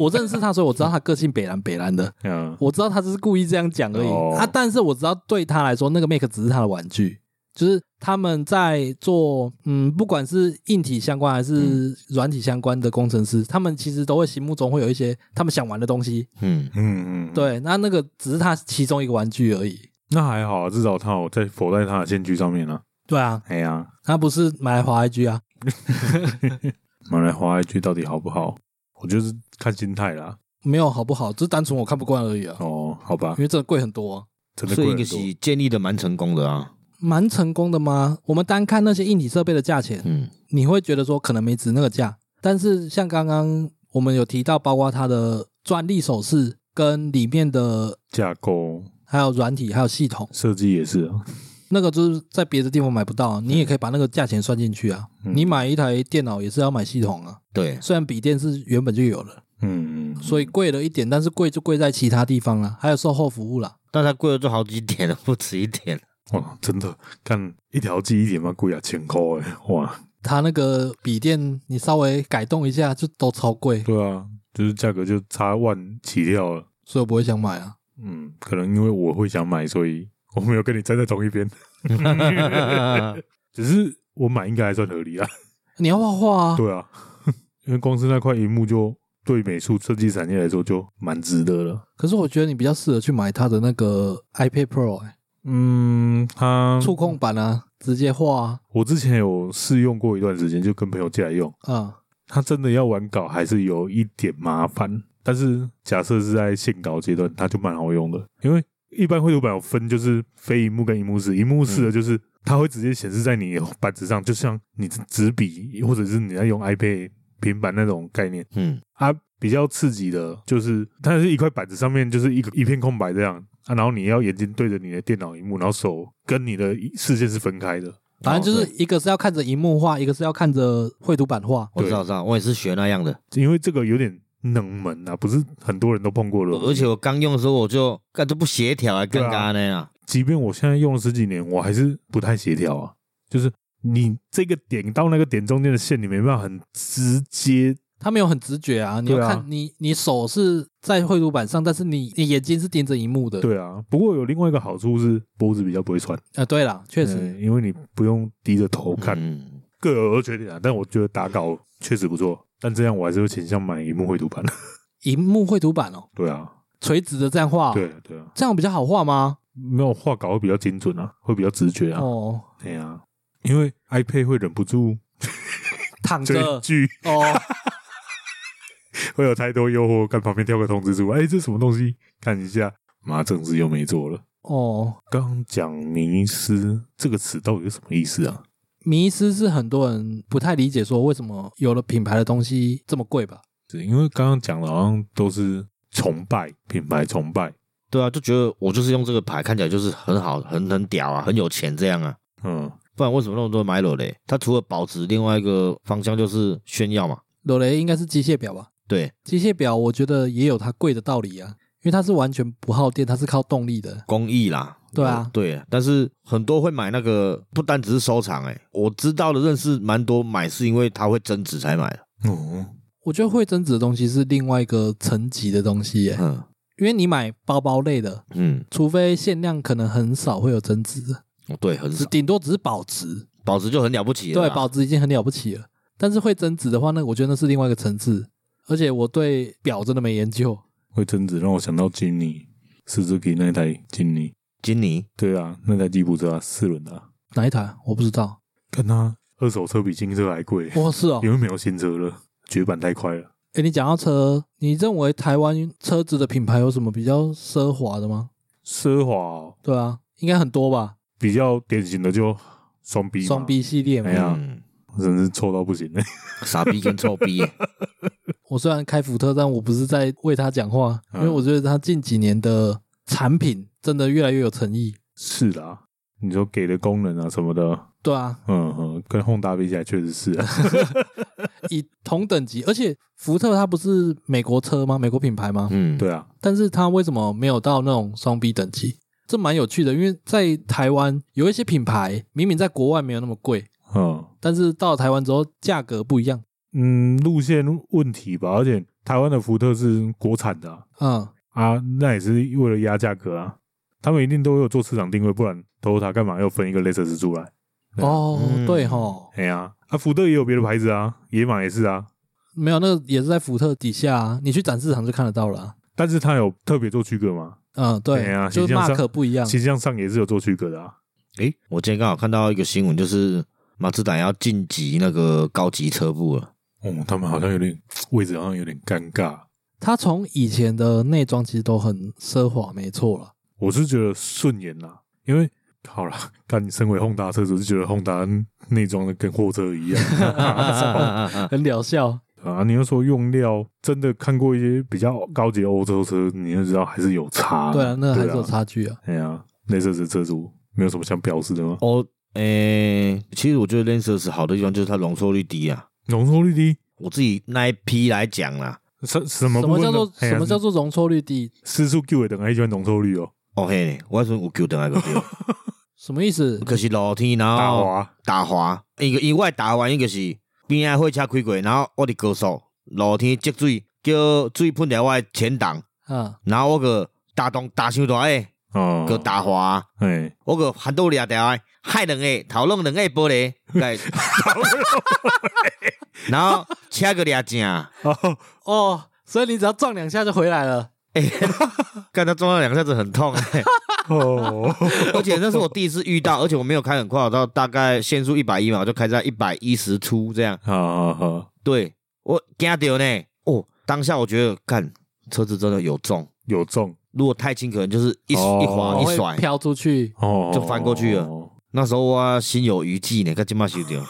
Speaker 1: 我认识他，所以我知道他个性北蓝北蓝的，
Speaker 3: 嗯，
Speaker 1: 我知道他只是故意这样讲而已、
Speaker 3: 哦
Speaker 1: 啊，但是我知道对他来说，那个 Mac 只是他的玩具。就是他们在做，嗯，不管是硬体相关还
Speaker 3: 嗯
Speaker 1: 是软体相关的工程师，他们其实都会心目中会有一些他们想玩的东西，
Speaker 2: 嗯，
Speaker 3: 嗯嗯，嗯，
Speaker 1: 对，那那个只是他其中一个玩具而已。
Speaker 3: 那还好啊，至少他有在否在他的先驱上面啊。
Speaker 1: 对啊，
Speaker 3: 哎呀，
Speaker 1: 他不是买来滑 IG 啊，
Speaker 3: 马来华 IG 到底好不好？我就是看心态啦。
Speaker 1: 没有好不好，只是单纯我看不惯而已啊。
Speaker 3: 哦，好吧
Speaker 1: 因，为真的贵很多、啊
Speaker 3: 真的
Speaker 2: 所
Speaker 3: 贵
Speaker 2: 以一
Speaker 3: 很
Speaker 2: 个
Speaker 3: 多。
Speaker 2: 是建立的蛮成功的啊。
Speaker 1: 蛮成功的吗？我们单看那些硬体设备的价钱，
Speaker 2: 嗯，
Speaker 1: 你会觉得说可能没值那个价，但是像刚刚我们有提到，包括它的专利手势跟里面的。
Speaker 3: 架构
Speaker 1: 还有软体，还有系统，
Speaker 3: 设计也是啊。
Speaker 1: 那个就是在别的地方买不到啊、你也可以把那个价钱算进去啊。
Speaker 3: 嗯
Speaker 1: 你买一台电脑也是要买系统啊，
Speaker 2: 对，
Speaker 1: 虽然笔电是原本就有了，
Speaker 3: 嗯，嗯
Speaker 1: 所以贵了一点，但是贵就贵在其他地方啦，还有售后服务啦。
Speaker 2: 但它贵了就好几点了，不止一
Speaker 3: [LAUGHS]
Speaker 2: 点。
Speaker 3: 哇，真的看一条记忆点嘛，贵啊，千块哎，哇，
Speaker 1: 它那个笔电你稍微改动一下就都超贵，
Speaker 3: 对啊，就是价格就差万起跳了。
Speaker 1: 所以我不会想买啊。
Speaker 3: 嗯，可能因为我会想买，所以我没有跟你站在同一边。只是我买应该还算合理啊。
Speaker 1: 你要画画啊，
Speaker 3: [LAUGHS] 对啊，因为光是那块荧幕就对美术设计产业来说就蛮值得了。
Speaker 1: 可是我觉得你比较适合去买它的那个 iPad Pro，、欸
Speaker 3: 嗯，它
Speaker 1: 触控板啊，直接画啊。
Speaker 3: 我之前有试用过一段时间，就跟朋友借来用。
Speaker 1: 啊
Speaker 3: 它真的要玩稿还是有一点麻烦，但是假设是在线稿阶段，它就蛮好用的，因为一般绘图板有分就是非荧幕跟荧幕式，荧幕式的就是它会直接显示在你板子上，就像你纸笔或者是你在用 iPad 平板那种概念
Speaker 2: 嗯，
Speaker 3: 啊。比较刺激的就是它是一块板子上面就是一个一片空白这样啊，然后你要眼睛对着你的电脑荧幕，然后手跟你的视线是分开的，
Speaker 1: 反正就是
Speaker 2: 哦
Speaker 1: 一个是要看着荧幕画，一个是要看着绘图板画。
Speaker 2: 我知道，知道，我也是学那样的。
Speaker 3: 因为这个有点冷门啊，不是很多人都碰过的东西。
Speaker 2: 而且我刚用的时候，我就干这不协调啊，更加那样。
Speaker 3: 即便我现在用了十几年，我还是不太协调啊。就是你这个点到那个点中间的线，你没办法很直接。
Speaker 1: 它没有很直觉啊，你要
Speaker 3: 对啊
Speaker 1: 看你你手是在绘图板上，但是你你眼睛是盯着荧幕的。
Speaker 3: 对啊，不过有另外一个好处是脖子比较不会酸，
Speaker 1: 啊，对啦，确实，
Speaker 3: 嗯因为你不用低着头看，
Speaker 2: 嗯，
Speaker 3: 各有缺点啊。但我觉得打稿确实不错，但这样我还是会倾向买荧幕绘图板。
Speaker 1: 荧幕绘图板哦，
Speaker 3: [LAUGHS] 对啊，
Speaker 1: 垂直的这样画哦，
Speaker 3: 对啊，对啊，
Speaker 1: 这样比较好画吗？
Speaker 3: 没有画稿会比较精准啊，会比较直觉啊。
Speaker 1: 哦，
Speaker 3: 对啊，因为 iPad 会忍不住
Speaker 1: 躺
Speaker 3: 追
Speaker 1: 着
Speaker 3: 剧，
Speaker 1: 哦，
Speaker 3: 会有太多诱惑，看旁边跳个通知出来，哎、这什么东西？看一下，妈，正事又没做了。
Speaker 1: 哦，
Speaker 3: 刚讲迷失这个词到底是什么意思啊？
Speaker 1: 迷失是很多人不太理解，说为什么有了品牌的东西这么贵吧？
Speaker 3: 是因为刚刚讲的好像都是崇拜品牌崇拜，
Speaker 2: 对啊，就觉得我就是用这个牌，看起来就是很好，很很屌啊，很有钱这样啊。
Speaker 3: 嗯，
Speaker 2: 不然为什么那么多人买裸雷？它除了保值，另外一个方向就是炫耀嘛。
Speaker 1: 裸雷应该是机械表吧？
Speaker 2: 对，
Speaker 1: 机械表我觉得也有它贵的道理啊，因为它是完全不耗电，它是靠动力的。
Speaker 2: 工艺啦。
Speaker 1: 对啊
Speaker 2: 对，但是很多会买那个，不单只是收藏、欸，我知道的认识蛮多买是因为它会增值才买的。
Speaker 3: 哦，
Speaker 1: 我觉得会增值的东西是另外一个层级的东西耶，
Speaker 2: 嗯
Speaker 1: 因为你买包包类的，
Speaker 2: 嗯，
Speaker 1: 除非限量，可能很少会有增值，
Speaker 2: 哦对，很
Speaker 1: 只
Speaker 2: 少，
Speaker 1: 顶多只是啊保值。
Speaker 2: 保值就很了不起了啦。
Speaker 1: 对，保值已经很了不起了。但是会增值的话，那我觉得那是另外一个层次。而且我对表真的没研究，
Speaker 3: 会增值让我想到金尼，斯之给那台金尼，
Speaker 2: 金尼
Speaker 3: 对啊，那台吉普车啊，四轮的、啊，
Speaker 1: 哪一台啊我不知道。
Speaker 3: 跟它二手车比新车还贵，
Speaker 1: 哦，是哦。
Speaker 3: 因为没有新车了，绝版太快了。
Speaker 1: 诶，你讲到车，你认为台湾车子的品牌有什么比较奢华的吗？
Speaker 3: 奢华哦、
Speaker 1: 对啊，应该很多吧。
Speaker 3: 比较典型的就双 B，嘛
Speaker 1: 双 B 系列嘛
Speaker 3: 哎。呀
Speaker 2: 嗯
Speaker 3: 真是臭到不行、欸
Speaker 2: 傻逼跟臭
Speaker 1: [LAUGHS]
Speaker 2: 逼、欸
Speaker 1: 我虽然开福特，但我不是在为他讲话，因
Speaker 3: 嗯
Speaker 1: 为我觉得他近几年的产品真的越来越有诚意。
Speaker 3: [LAUGHS] 是啦，你说给的功能啊什么的，
Speaker 1: 对啊，
Speaker 3: 嗯嗯，跟 Honda 比起来确实是啊。
Speaker 1: 以同等级，而且福特它不是美国车吗？美国品牌吗？
Speaker 2: 嗯，
Speaker 3: 对啊，
Speaker 1: 但是它为什么没有到那种双 B 等级？这蛮有趣的，因为在台湾有一些品牌明明在国外没有那么贵，
Speaker 3: 嗯
Speaker 1: 但是到了台湾之后价格不一样。
Speaker 3: 嗯，路线问题吧，而且台湾的福特是国产的啊
Speaker 1: 嗯，
Speaker 3: 啊那也是为了压价格啊，他们一定都有做市场定位，不然 Toyota 干嘛要分一个 Lexus 出来？对啊
Speaker 1: 哦，
Speaker 2: 嗯
Speaker 1: 对吼，
Speaker 3: 哎呀、啊，福特也有别的牌子啊，野马也是啊，
Speaker 1: 没有，那个也是在福特底下、啊，你去展示场就看得到了啊、
Speaker 3: 但是它有特别做区隔嘛，
Speaker 1: 嗯，对，
Speaker 3: 对啊
Speaker 1: 就是
Speaker 3: 形象上
Speaker 1: mark 不一样。
Speaker 3: 形象上也是有做区隔的啊。
Speaker 2: 诶、我今天刚好看到一个新闻，就是马自达要晋级那个高级车部了。
Speaker 3: 哦，他们好像有点位置，好像有点尴尬。
Speaker 1: 它从以前的内装其实都很奢华，没错了。
Speaker 3: 我是觉得顺眼啦，因为 [LAUGHS] 好啦，看你身为宏达车主，就觉得宏达内装的跟货车一样
Speaker 1: 啊
Speaker 3: [LAUGHS]
Speaker 1: 很疗效。
Speaker 3: 啊。你要说用料，真的看过一些比较高级的欧洲车，你就知道还是有差。
Speaker 1: 对啊，那还是有
Speaker 3: 对啊。
Speaker 1: 差距啊。
Speaker 3: 哎呀，内设置车主没有什么想表示的吗？
Speaker 2: [LAUGHS] 哦，诶、其实我觉得 Lexus 好的地方就是它容错率低啊。
Speaker 3: 容错率低，
Speaker 2: 我自己那一批来讲啦，
Speaker 3: 什什么
Speaker 1: 什
Speaker 3: 部
Speaker 1: 么
Speaker 3: 分呢
Speaker 1: 叫做
Speaker 3: 哎呀
Speaker 1: 什么叫做容错率低？
Speaker 3: 失速 Q 的等还喜欢容错率哦？
Speaker 2: 哦嘿，我还说有球等来个球，
Speaker 1: 什么意思？
Speaker 2: 可是楼梯然后
Speaker 3: 打滑，
Speaker 2: 打滑，一个意外打完一个是边仔火车开过，然后我伫高速楼梯积水，叫水喷掉我的前挡，
Speaker 1: 嗯，
Speaker 2: 然后我个打动打伤大个，
Speaker 3: 哦，
Speaker 2: 个打滑，
Speaker 3: 哎，
Speaker 2: 我个handle 掠掉的，害两个头弄两个玻璃，来，然后车个掠正，
Speaker 3: 哦，
Speaker 1: 哦，所以你只要撞两下就回来了。
Speaker 2: 干他撞到两下子很痛、欸，
Speaker 3: 哦，
Speaker 2: 而且那是我第一次遇到，而且我没有开很快，我到大概限速一百一嘛，我就开在一百一十出这样，
Speaker 3: [LAUGHS] 好好好，
Speaker 2: 对我惊到呢，哦，当下我觉得干车子真的有重，
Speaker 3: 有中
Speaker 2: 如果太轻可能就是一、
Speaker 3: 哦
Speaker 2: 一滑
Speaker 1: 我
Speaker 2: 一
Speaker 1: 会
Speaker 2: 甩，
Speaker 1: 飘出去。
Speaker 3: 哦，
Speaker 2: 就翻过去了那时候我啊心有余悸呢，看今嘛修掉。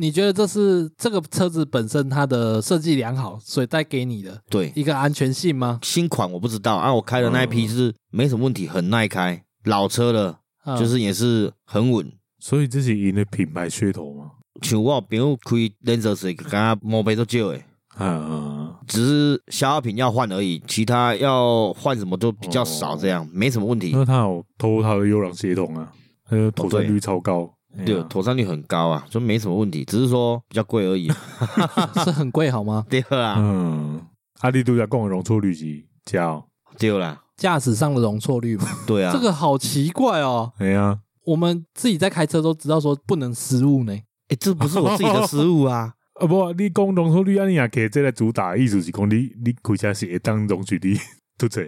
Speaker 1: 你觉得这是这个车子本身它的设计良好，所以带给你的
Speaker 2: 对，
Speaker 1: 一个安全性吗？
Speaker 2: 新款我不知道啊，我开的那一批是没什么问题，很耐开，老车了，
Speaker 1: 嗯
Speaker 2: 就是也是很稳。
Speaker 3: 所以这是赢的品牌噱头嘛？
Speaker 2: 像我有朋友开 Lancer 时，感觉毛病都少诶，
Speaker 3: 啊，
Speaker 2: 只是消耗品要换而已，其他要换什么都比较少，这样没什么问题。
Speaker 3: 那他有偷他的优良协同啊，呃，妥善率超高，哎
Speaker 2: 对，妥善率很高啊，就没什么问题，只是说比较贵而已。 [LAUGHS]
Speaker 1: [LAUGHS] 是很贵好吗？
Speaker 2: 对啊啦，
Speaker 3: 嗯，阿力度假共容错率是加，哦
Speaker 2: 对啦，
Speaker 1: 驾驶上的容错率嘛，
Speaker 2: 对啊
Speaker 1: 这，个好奇怪哦。
Speaker 3: 哎呀，
Speaker 1: 我们自己在开车都知道说不能失误呢。
Speaker 2: 诶这不是我自己的失误
Speaker 1: [LAUGHS]
Speaker 2: 啊。
Speaker 3: 啊不，你讲容错率，啊，你也可以再来主打，意思是讲你你开车是会当容许你都这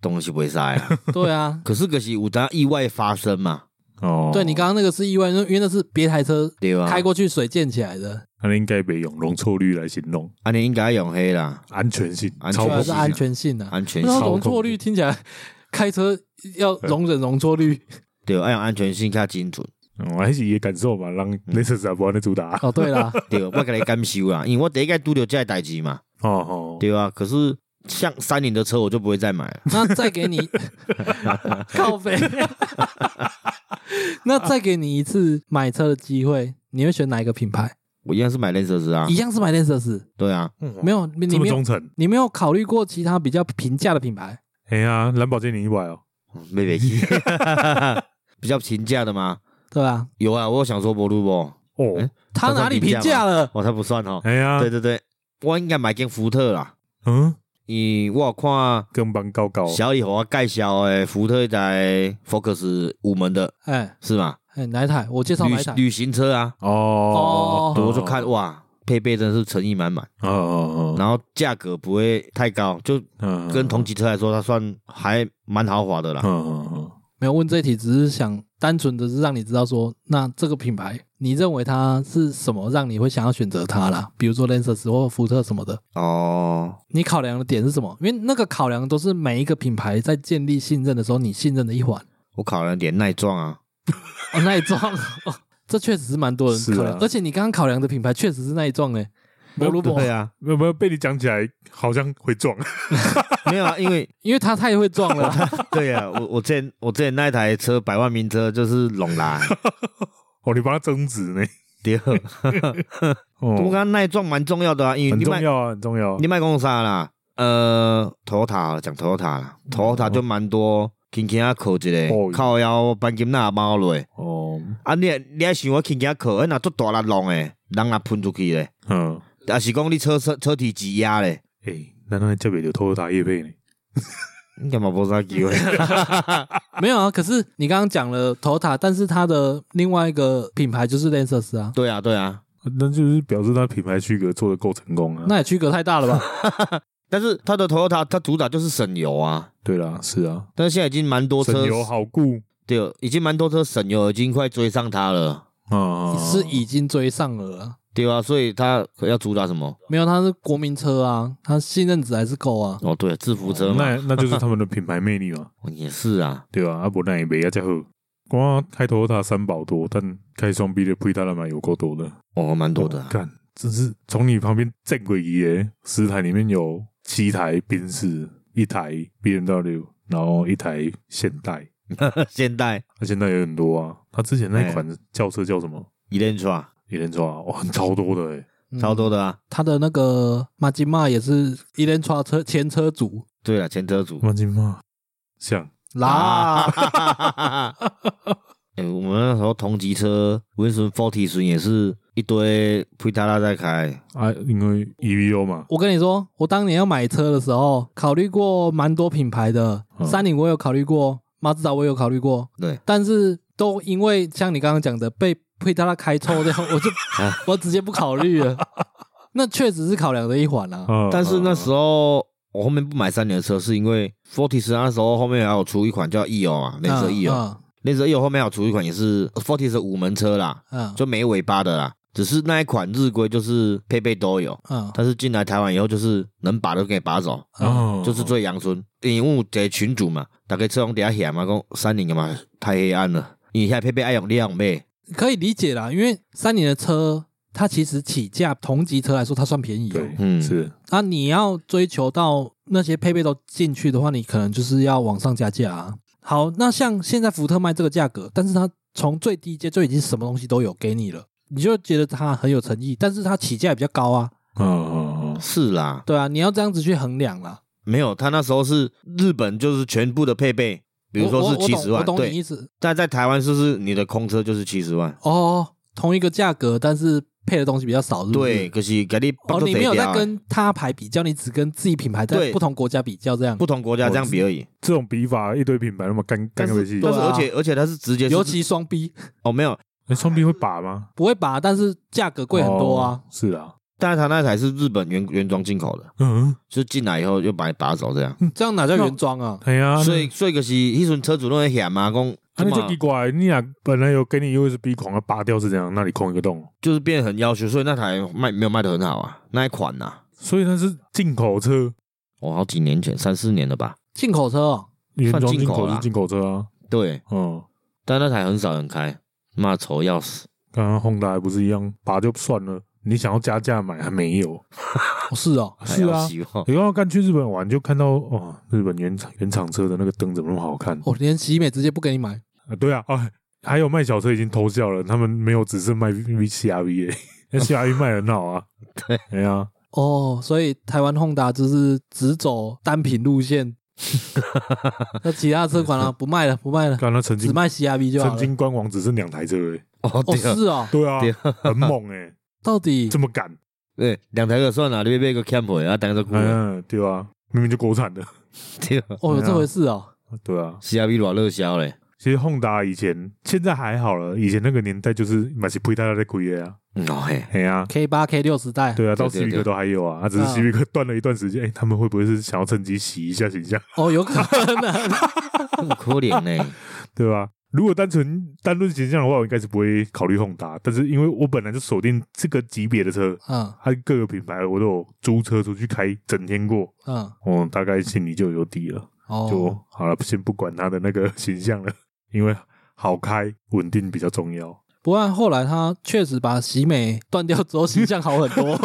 Speaker 2: 东西不会塞啊，
Speaker 1: 对
Speaker 2: [LAUGHS]
Speaker 1: 啊，
Speaker 2: 可是可惜有当意外发生嘛，
Speaker 3: 哦，
Speaker 1: 对你刚刚那个是意外，因为因为那是别台车
Speaker 2: 对吧？
Speaker 1: 开过去水溅起来的，
Speaker 3: 那应该别用容错率来形容
Speaker 2: 啊，你应该用黑啦，
Speaker 3: 安全性，
Speaker 2: 安
Speaker 3: 超
Speaker 2: 全
Speaker 1: 主要
Speaker 2: 性
Speaker 3: 过
Speaker 1: 是
Speaker 2: 啊
Speaker 1: 安全性的。
Speaker 2: 安全
Speaker 1: 那
Speaker 2: 性
Speaker 1: 它容错率听起来，开车要容忍容错率。
Speaker 2: 对，要用安全性较精准。
Speaker 3: 嗯，我还是也感受嘛，让
Speaker 2: 嗯
Speaker 3: Lexus 也不安尼
Speaker 2: [LAUGHS]
Speaker 3: 主打，
Speaker 1: 哦，对啦，
Speaker 2: 对，我给你感受啦， [LAUGHS] 因为我第一个拄着这个代志嘛，
Speaker 3: 哦哦，
Speaker 2: 对啊，可是像三菱的车，我就不会再买了。
Speaker 1: 那再给你靠背，那再给你一次买车的机会，你会选哪一个品牌？
Speaker 2: 我一样是买 Lexus 啊
Speaker 1: 一，样是买 Lexus，
Speaker 2: 对啊，
Speaker 1: 没有你
Speaker 3: 嗯哦这么
Speaker 1: 没有
Speaker 3: 忠诚，
Speaker 1: 你没有考虑过其他比较平价的品牌？
Speaker 3: 哎呀，蓝宝坚尼一百哦，
Speaker 2: 没
Speaker 1: [LAUGHS]
Speaker 2: 没去，比较平价的吗？
Speaker 1: 对吧？
Speaker 2: 有啊，我有想说博路不，
Speaker 3: 哦
Speaker 2: 哎，
Speaker 1: 它哪里平价了？
Speaker 2: 我才不算哦。
Speaker 3: 哎呀
Speaker 2: 对，对对，我应该买间福特啦，
Speaker 3: 嗯，
Speaker 2: 因为我有看
Speaker 3: 跟班高高，
Speaker 2: 小李和我介绍的福特在 Focus 五门的
Speaker 1: 哎
Speaker 2: 是吗？
Speaker 1: 哎，哪一台？我介绍哪一台
Speaker 2: 旅？旅行车啊，
Speaker 3: 哦，
Speaker 2: 我就看哇，配备真的是诚意满满，
Speaker 3: 哦哦哦
Speaker 2: 然后价格不会太高，就
Speaker 3: 嗯，
Speaker 2: 跟同级车来说，它算还蛮豪华的
Speaker 3: 嗯，
Speaker 2: 啦。
Speaker 3: 嗯嗯
Speaker 1: 没有问这一题，只是想单纯的是让你知道说，那这个品牌你认为它是什么，让你会想要选择它啦？比如说 Lexus 或福特什么的，
Speaker 2: 哦，
Speaker 1: 你考量的点是什么？因为那个考量都是每一个品牌在建立信任的时候，你信任的一环。
Speaker 2: 我考量点耐撞
Speaker 3: [LAUGHS]
Speaker 2: 啊，
Speaker 1: 哦，那一幢，哦 [LAUGHS] 这确实是蛮多人
Speaker 3: 是啊
Speaker 1: 考量，而且你刚刚考量的品牌确实是那一幢诶，摩
Speaker 3: 没有
Speaker 1: 鲁博，
Speaker 2: 啊，
Speaker 3: 没有没有被你讲起来好像会撞， [LAUGHS]
Speaker 2: 没有啊，因为 [LAUGHS]
Speaker 1: 因为它太会撞了啦，
Speaker 2: 对啊，我我之前我之前那一台车百万名车就是龙
Speaker 3: [LAUGHS]
Speaker 2: 啦，
Speaker 3: 哦，你帮他增值呢，
Speaker 2: 第二，我
Speaker 3: 哦，
Speaker 2: 刚耐撞蛮重要的啊，因为
Speaker 3: 很
Speaker 2: 你
Speaker 3: 重
Speaker 2: 卖
Speaker 3: 要啊，很重要，
Speaker 2: 你卖公啥啦？呃，Toyota 讲 Toyota 啦，Toyota 就蛮多。轻轻啊扣一
Speaker 3: 哦
Speaker 2: 个，靠腰扳金那猫落，
Speaker 3: 哦，
Speaker 2: 啊你你还想我轻轻啊扣，哎那足大力浪诶，人也喷出去咧，
Speaker 3: 嗯，
Speaker 2: 啊是讲你车车车体挤压咧，
Speaker 3: 哎，那那接袂着偷打叶配呢？
Speaker 2: 应该嘛无啥机
Speaker 3: [LAUGHS]
Speaker 2: 会。
Speaker 1: [LAUGHS] 没有啊。可是你刚刚讲了 Toyota，但是它的另外一个品牌就是 Lexus 啊，
Speaker 2: 对啊，对啊。
Speaker 3: 那就是表示他品牌区隔做的够成功啊。
Speaker 1: 那也区隔太大了吧？
Speaker 2: 但是它的 Toyota 它主打就是省油啊，
Speaker 3: 对啦，是啊，
Speaker 2: 但是现在已经蛮多车
Speaker 3: 省油好顾
Speaker 2: 对，已经蛮多车省油已经快追上它了，哦
Speaker 3: 啊，
Speaker 1: 是已经追上了啦。
Speaker 2: 对啊，所以它要主打什么？
Speaker 1: 没有，它是国民车啊，它信任值还是够啊。
Speaker 2: 哦，对，制服车嘛，
Speaker 3: 那那就是他们的品牌魅
Speaker 2: [LAUGHS]
Speaker 3: 力嘛，
Speaker 2: 也是啊，
Speaker 3: 对吧？阿伯那也没啊，加好。光开头他三宝多，但开双臂的配他的买有够多的，
Speaker 2: 哦，蛮多的
Speaker 3: 哦
Speaker 2: 啊、
Speaker 3: 干、真是从你旁边正轨移耶，十台里面有七台宾士，一台 B M W，然后一台现代，
Speaker 2: [LAUGHS] 现代
Speaker 3: 那现代也很多啊。他之前那
Speaker 2: 哎
Speaker 3: 款轿车叫什么？
Speaker 2: Elantra
Speaker 3: 野人抓，啊哇，超多的哎。
Speaker 1: 嗯
Speaker 2: 啊超多的啊，
Speaker 1: 它的那个马吉玛也是伊莲川车前车主
Speaker 2: 对了，前车主
Speaker 3: 万金嘛，像
Speaker 1: 啦，
Speaker 2: 啊， [LAUGHS] 哎、我们那时候同级车 Winson Forty 时也是一堆 p r i t a a 在开，
Speaker 3: 啊，因为 EVO 嘛，
Speaker 1: [LAUGHS] 我跟你说，我当年要买车的时候，考虑过蛮多品牌的，
Speaker 3: 嗯
Speaker 1: 三菱我有考虑过，马自达我有考虑过，
Speaker 2: 对，
Speaker 1: 但是都因为像你刚刚讲的被佩塔拉开抽掉，我就
Speaker 2: [LAUGHS] 啊
Speaker 1: 我直接不考虑
Speaker 2: [LAUGHS]
Speaker 1: 了。那确实是考量的一环啦、
Speaker 3: 啊，
Speaker 2: 但是那时
Speaker 3: 候
Speaker 2: 候我后面不买三菱的车，是因为 Forty 时那时候后面还有出一款叫 EO 啊，雷
Speaker 1: 嗯
Speaker 2: 蛇 EO，雷蛇 EO E 后面还有出一款也是 Forty 是五门车啦，
Speaker 1: 嗯
Speaker 2: 就没尾巴的啦，只是那一款日规就是配备都有，
Speaker 1: 嗯
Speaker 2: 但是进来台湾以后就是能拔都给拔走，
Speaker 3: 啊哦
Speaker 1: 嗯
Speaker 2: 啊就是最阳春。因为有一个群主嘛，大家车用底下嫌嘛，讲三菱的嘛太黑暗了，你现在配备爱用你爱用呗，
Speaker 1: 可以理解啦，因为三菱的车它其实起价同级车来说它算便宜哦、
Speaker 3: 对，
Speaker 2: 嗯
Speaker 3: 是
Speaker 1: 啊，你要追求到那些配备都进去的话，你可能就是要往上加价啊。好，那像现在福特卖这个价格，但是它从最低阶就已经什么东西都有给你了，你就觉得它很有诚意，但是它起价也比较高啊，
Speaker 3: 啊啊
Speaker 2: 是啦，
Speaker 1: 对啊，你要这样子去衡量啦。
Speaker 2: 没有，他那时候是日本就是全部的配备，比如说
Speaker 1: 我
Speaker 2: 是
Speaker 1: 我我
Speaker 2: 七
Speaker 1: 懂
Speaker 2: 十万
Speaker 1: 我，懂你
Speaker 2: 对，
Speaker 1: 意思
Speaker 2: 但在台湾就是你的空车就是七十万，
Speaker 1: 哦，同一个价格，但是配的东西比较少，是不是
Speaker 2: 对，。可是给你
Speaker 1: 嗯哦，你没有在
Speaker 2: 在
Speaker 1: 跟他牌比较，你只跟自己品牌在
Speaker 2: 对
Speaker 1: 不同国家比较这样
Speaker 2: 不。同国家这样比而已，
Speaker 3: 这种比法一堆品牌那么干干
Speaker 2: 但
Speaker 3: 个
Speaker 2: 是
Speaker 3: 游戏
Speaker 1: 对，
Speaker 2: 但是
Speaker 1: 啊
Speaker 2: 而且而且他是直接是
Speaker 1: 尤其双 B
Speaker 2: 哦没有，
Speaker 3: 哎双臂会拔吗？
Speaker 1: 不会拔，但是价格贵很多啊
Speaker 3: 哦。，是啊，
Speaker 2: 但是他那台是日本原原装进口的，
Speaker 3: 嗯，
Speaker 2: 就进来以后就把你拔走这样。
Speaker 1: 这样哪叫原装啊？
Speaker 3: 哎呀，
Speaker 2: 所以所以就是迄阵车主拢在嫌嘛，讲
Speaker 3: 那你
Speaker 2: 这
Speaker 3: 就
Speaker 2: 嘛
Speaker 3: 奇怪，你俩本来有给你 USB 孔，要拔掉是怎样？那里空一个洞，
Speaker 2: 就是变得很要求，所以那台卖没有卖的很好啊，那一款呐、啊，
Speaker 3: 所以它是进口车，
Speaker 2: 哦，好几年前三四年了吧，
Speaker 1: 进口车哦，
Speaker 3: 原装
Speaker 2: 算进
Speaker 3: 进
Speaker 2: 口
Speaker 3: 口
Speaker 2: 啦
Speaker 3: 是进口车啊，
Speaker 2: 对，
Speaker 3: 嗯，
Speaker 2: 但那台很少人开，骂愁要死。
Speaker 3: 刚刚 Honda 还不是一样，拔就算了，你想要加价买还没有，
Speaker 1: 哦是哦，
Speaker 3: 是
Speaker 2: 还
Speaker 3: 啊
Speaker 2: 要，希望
Speaker 3: 你刚刚刚去日本玩就看到哦，日本原厂原厂车的那个灯怎么那么好看？
Speaker 1: 我哦连喜美直接不给你买，
Speaker 3: 啊，对啊，啊，还有卖小车已经偷笑了，他们没有只是卖 [LAUGHS] VCRV，那 CRV 卖得很好啊， [LAUGHS] 对，哎呀，
Speaker 1: 哦，所以台湾 Honda 就是只走单品路
Speaker 2: [LAUGHS]
Speaker 1: 线，那其他车款啊不卖了，不
Speaker 2: [LAUGHS]
Speaker 1: 卖了，
Speaker 3: 看他曾
Speaker 1: 只
Speaker 3: 经
Speaker 1: 卖 CRV 就好
Speaker 3: 曾
Speaker 1: 了。
Speaker 3: 经官网只剩两台车而已，
Speaker 2: 哦，
Speaker 1: 哦，
Speaker 2: 对啊，
Speaker 1: 是哦，
Speaker 3: 对啊
Speaker 2: 对，
Speaker 3: 很猛哎，
Speaker 1: 到底
Speaker 3: 这么敢。
Speaker 2: 对，两台就算了，你被个 camp 啊，当个股，
Speaker 3: 嗯， [LAUGHS] 对啊，明明就国产的，
Speaker 2: 对 [LAUGHS] 啊
Speaker 1: 哦有
Speaker 3: 对啊
Speaker 1: 这回事哦，
Speaker 3: 对啊。
Speaker 2: ，CRV 偌热销嘞，
Speaker 3: 其实 Honda 以前现在还好了，以前那个年代就是买是亏大家在亏的啊，
Speaker 2: 嗯哦嘿，
Speaker 3: 哎呀、
Speaker 1: K 八 K 六时代，
Speaker 3: [LAUGHS] 对啊，
Speaker 2: 对
Speaker 3: 到
Speaker 2: 对
Speaker 3: Civic
Speaker 2: 对
Speaker 3: 都还有啊，啊只是
Speaker 1: 啊
Speaker 3: Civic 断了一段时间，哎、他们会不会是想要趁机洗一下形象， [LAUGHS]
Speaker 1: 哦有可能， [LAUGHS]
Speaker 2: 这么可怜嘞， [LAUGHS]
Speaker 3: 对吧、如果单纯单论形象的话，我应该是不会考虑 Honda，但是因为我本来就锁定这个级别的车，
Speaker 1: 嗯
Speaker 3: 它各个品牌我都有租车出去开整天过，
Speaker 1: 嗯，
Speaker 3: 我、大概心里就有底了。就
Speaker 1: 哦，
Speaker 3: 好了，先不管他的那个 [LAUGHS] 形象了，因为好开稳定比较重要。
Speaker 1: 不过后来他确实把喜美断掉之后形象好很多，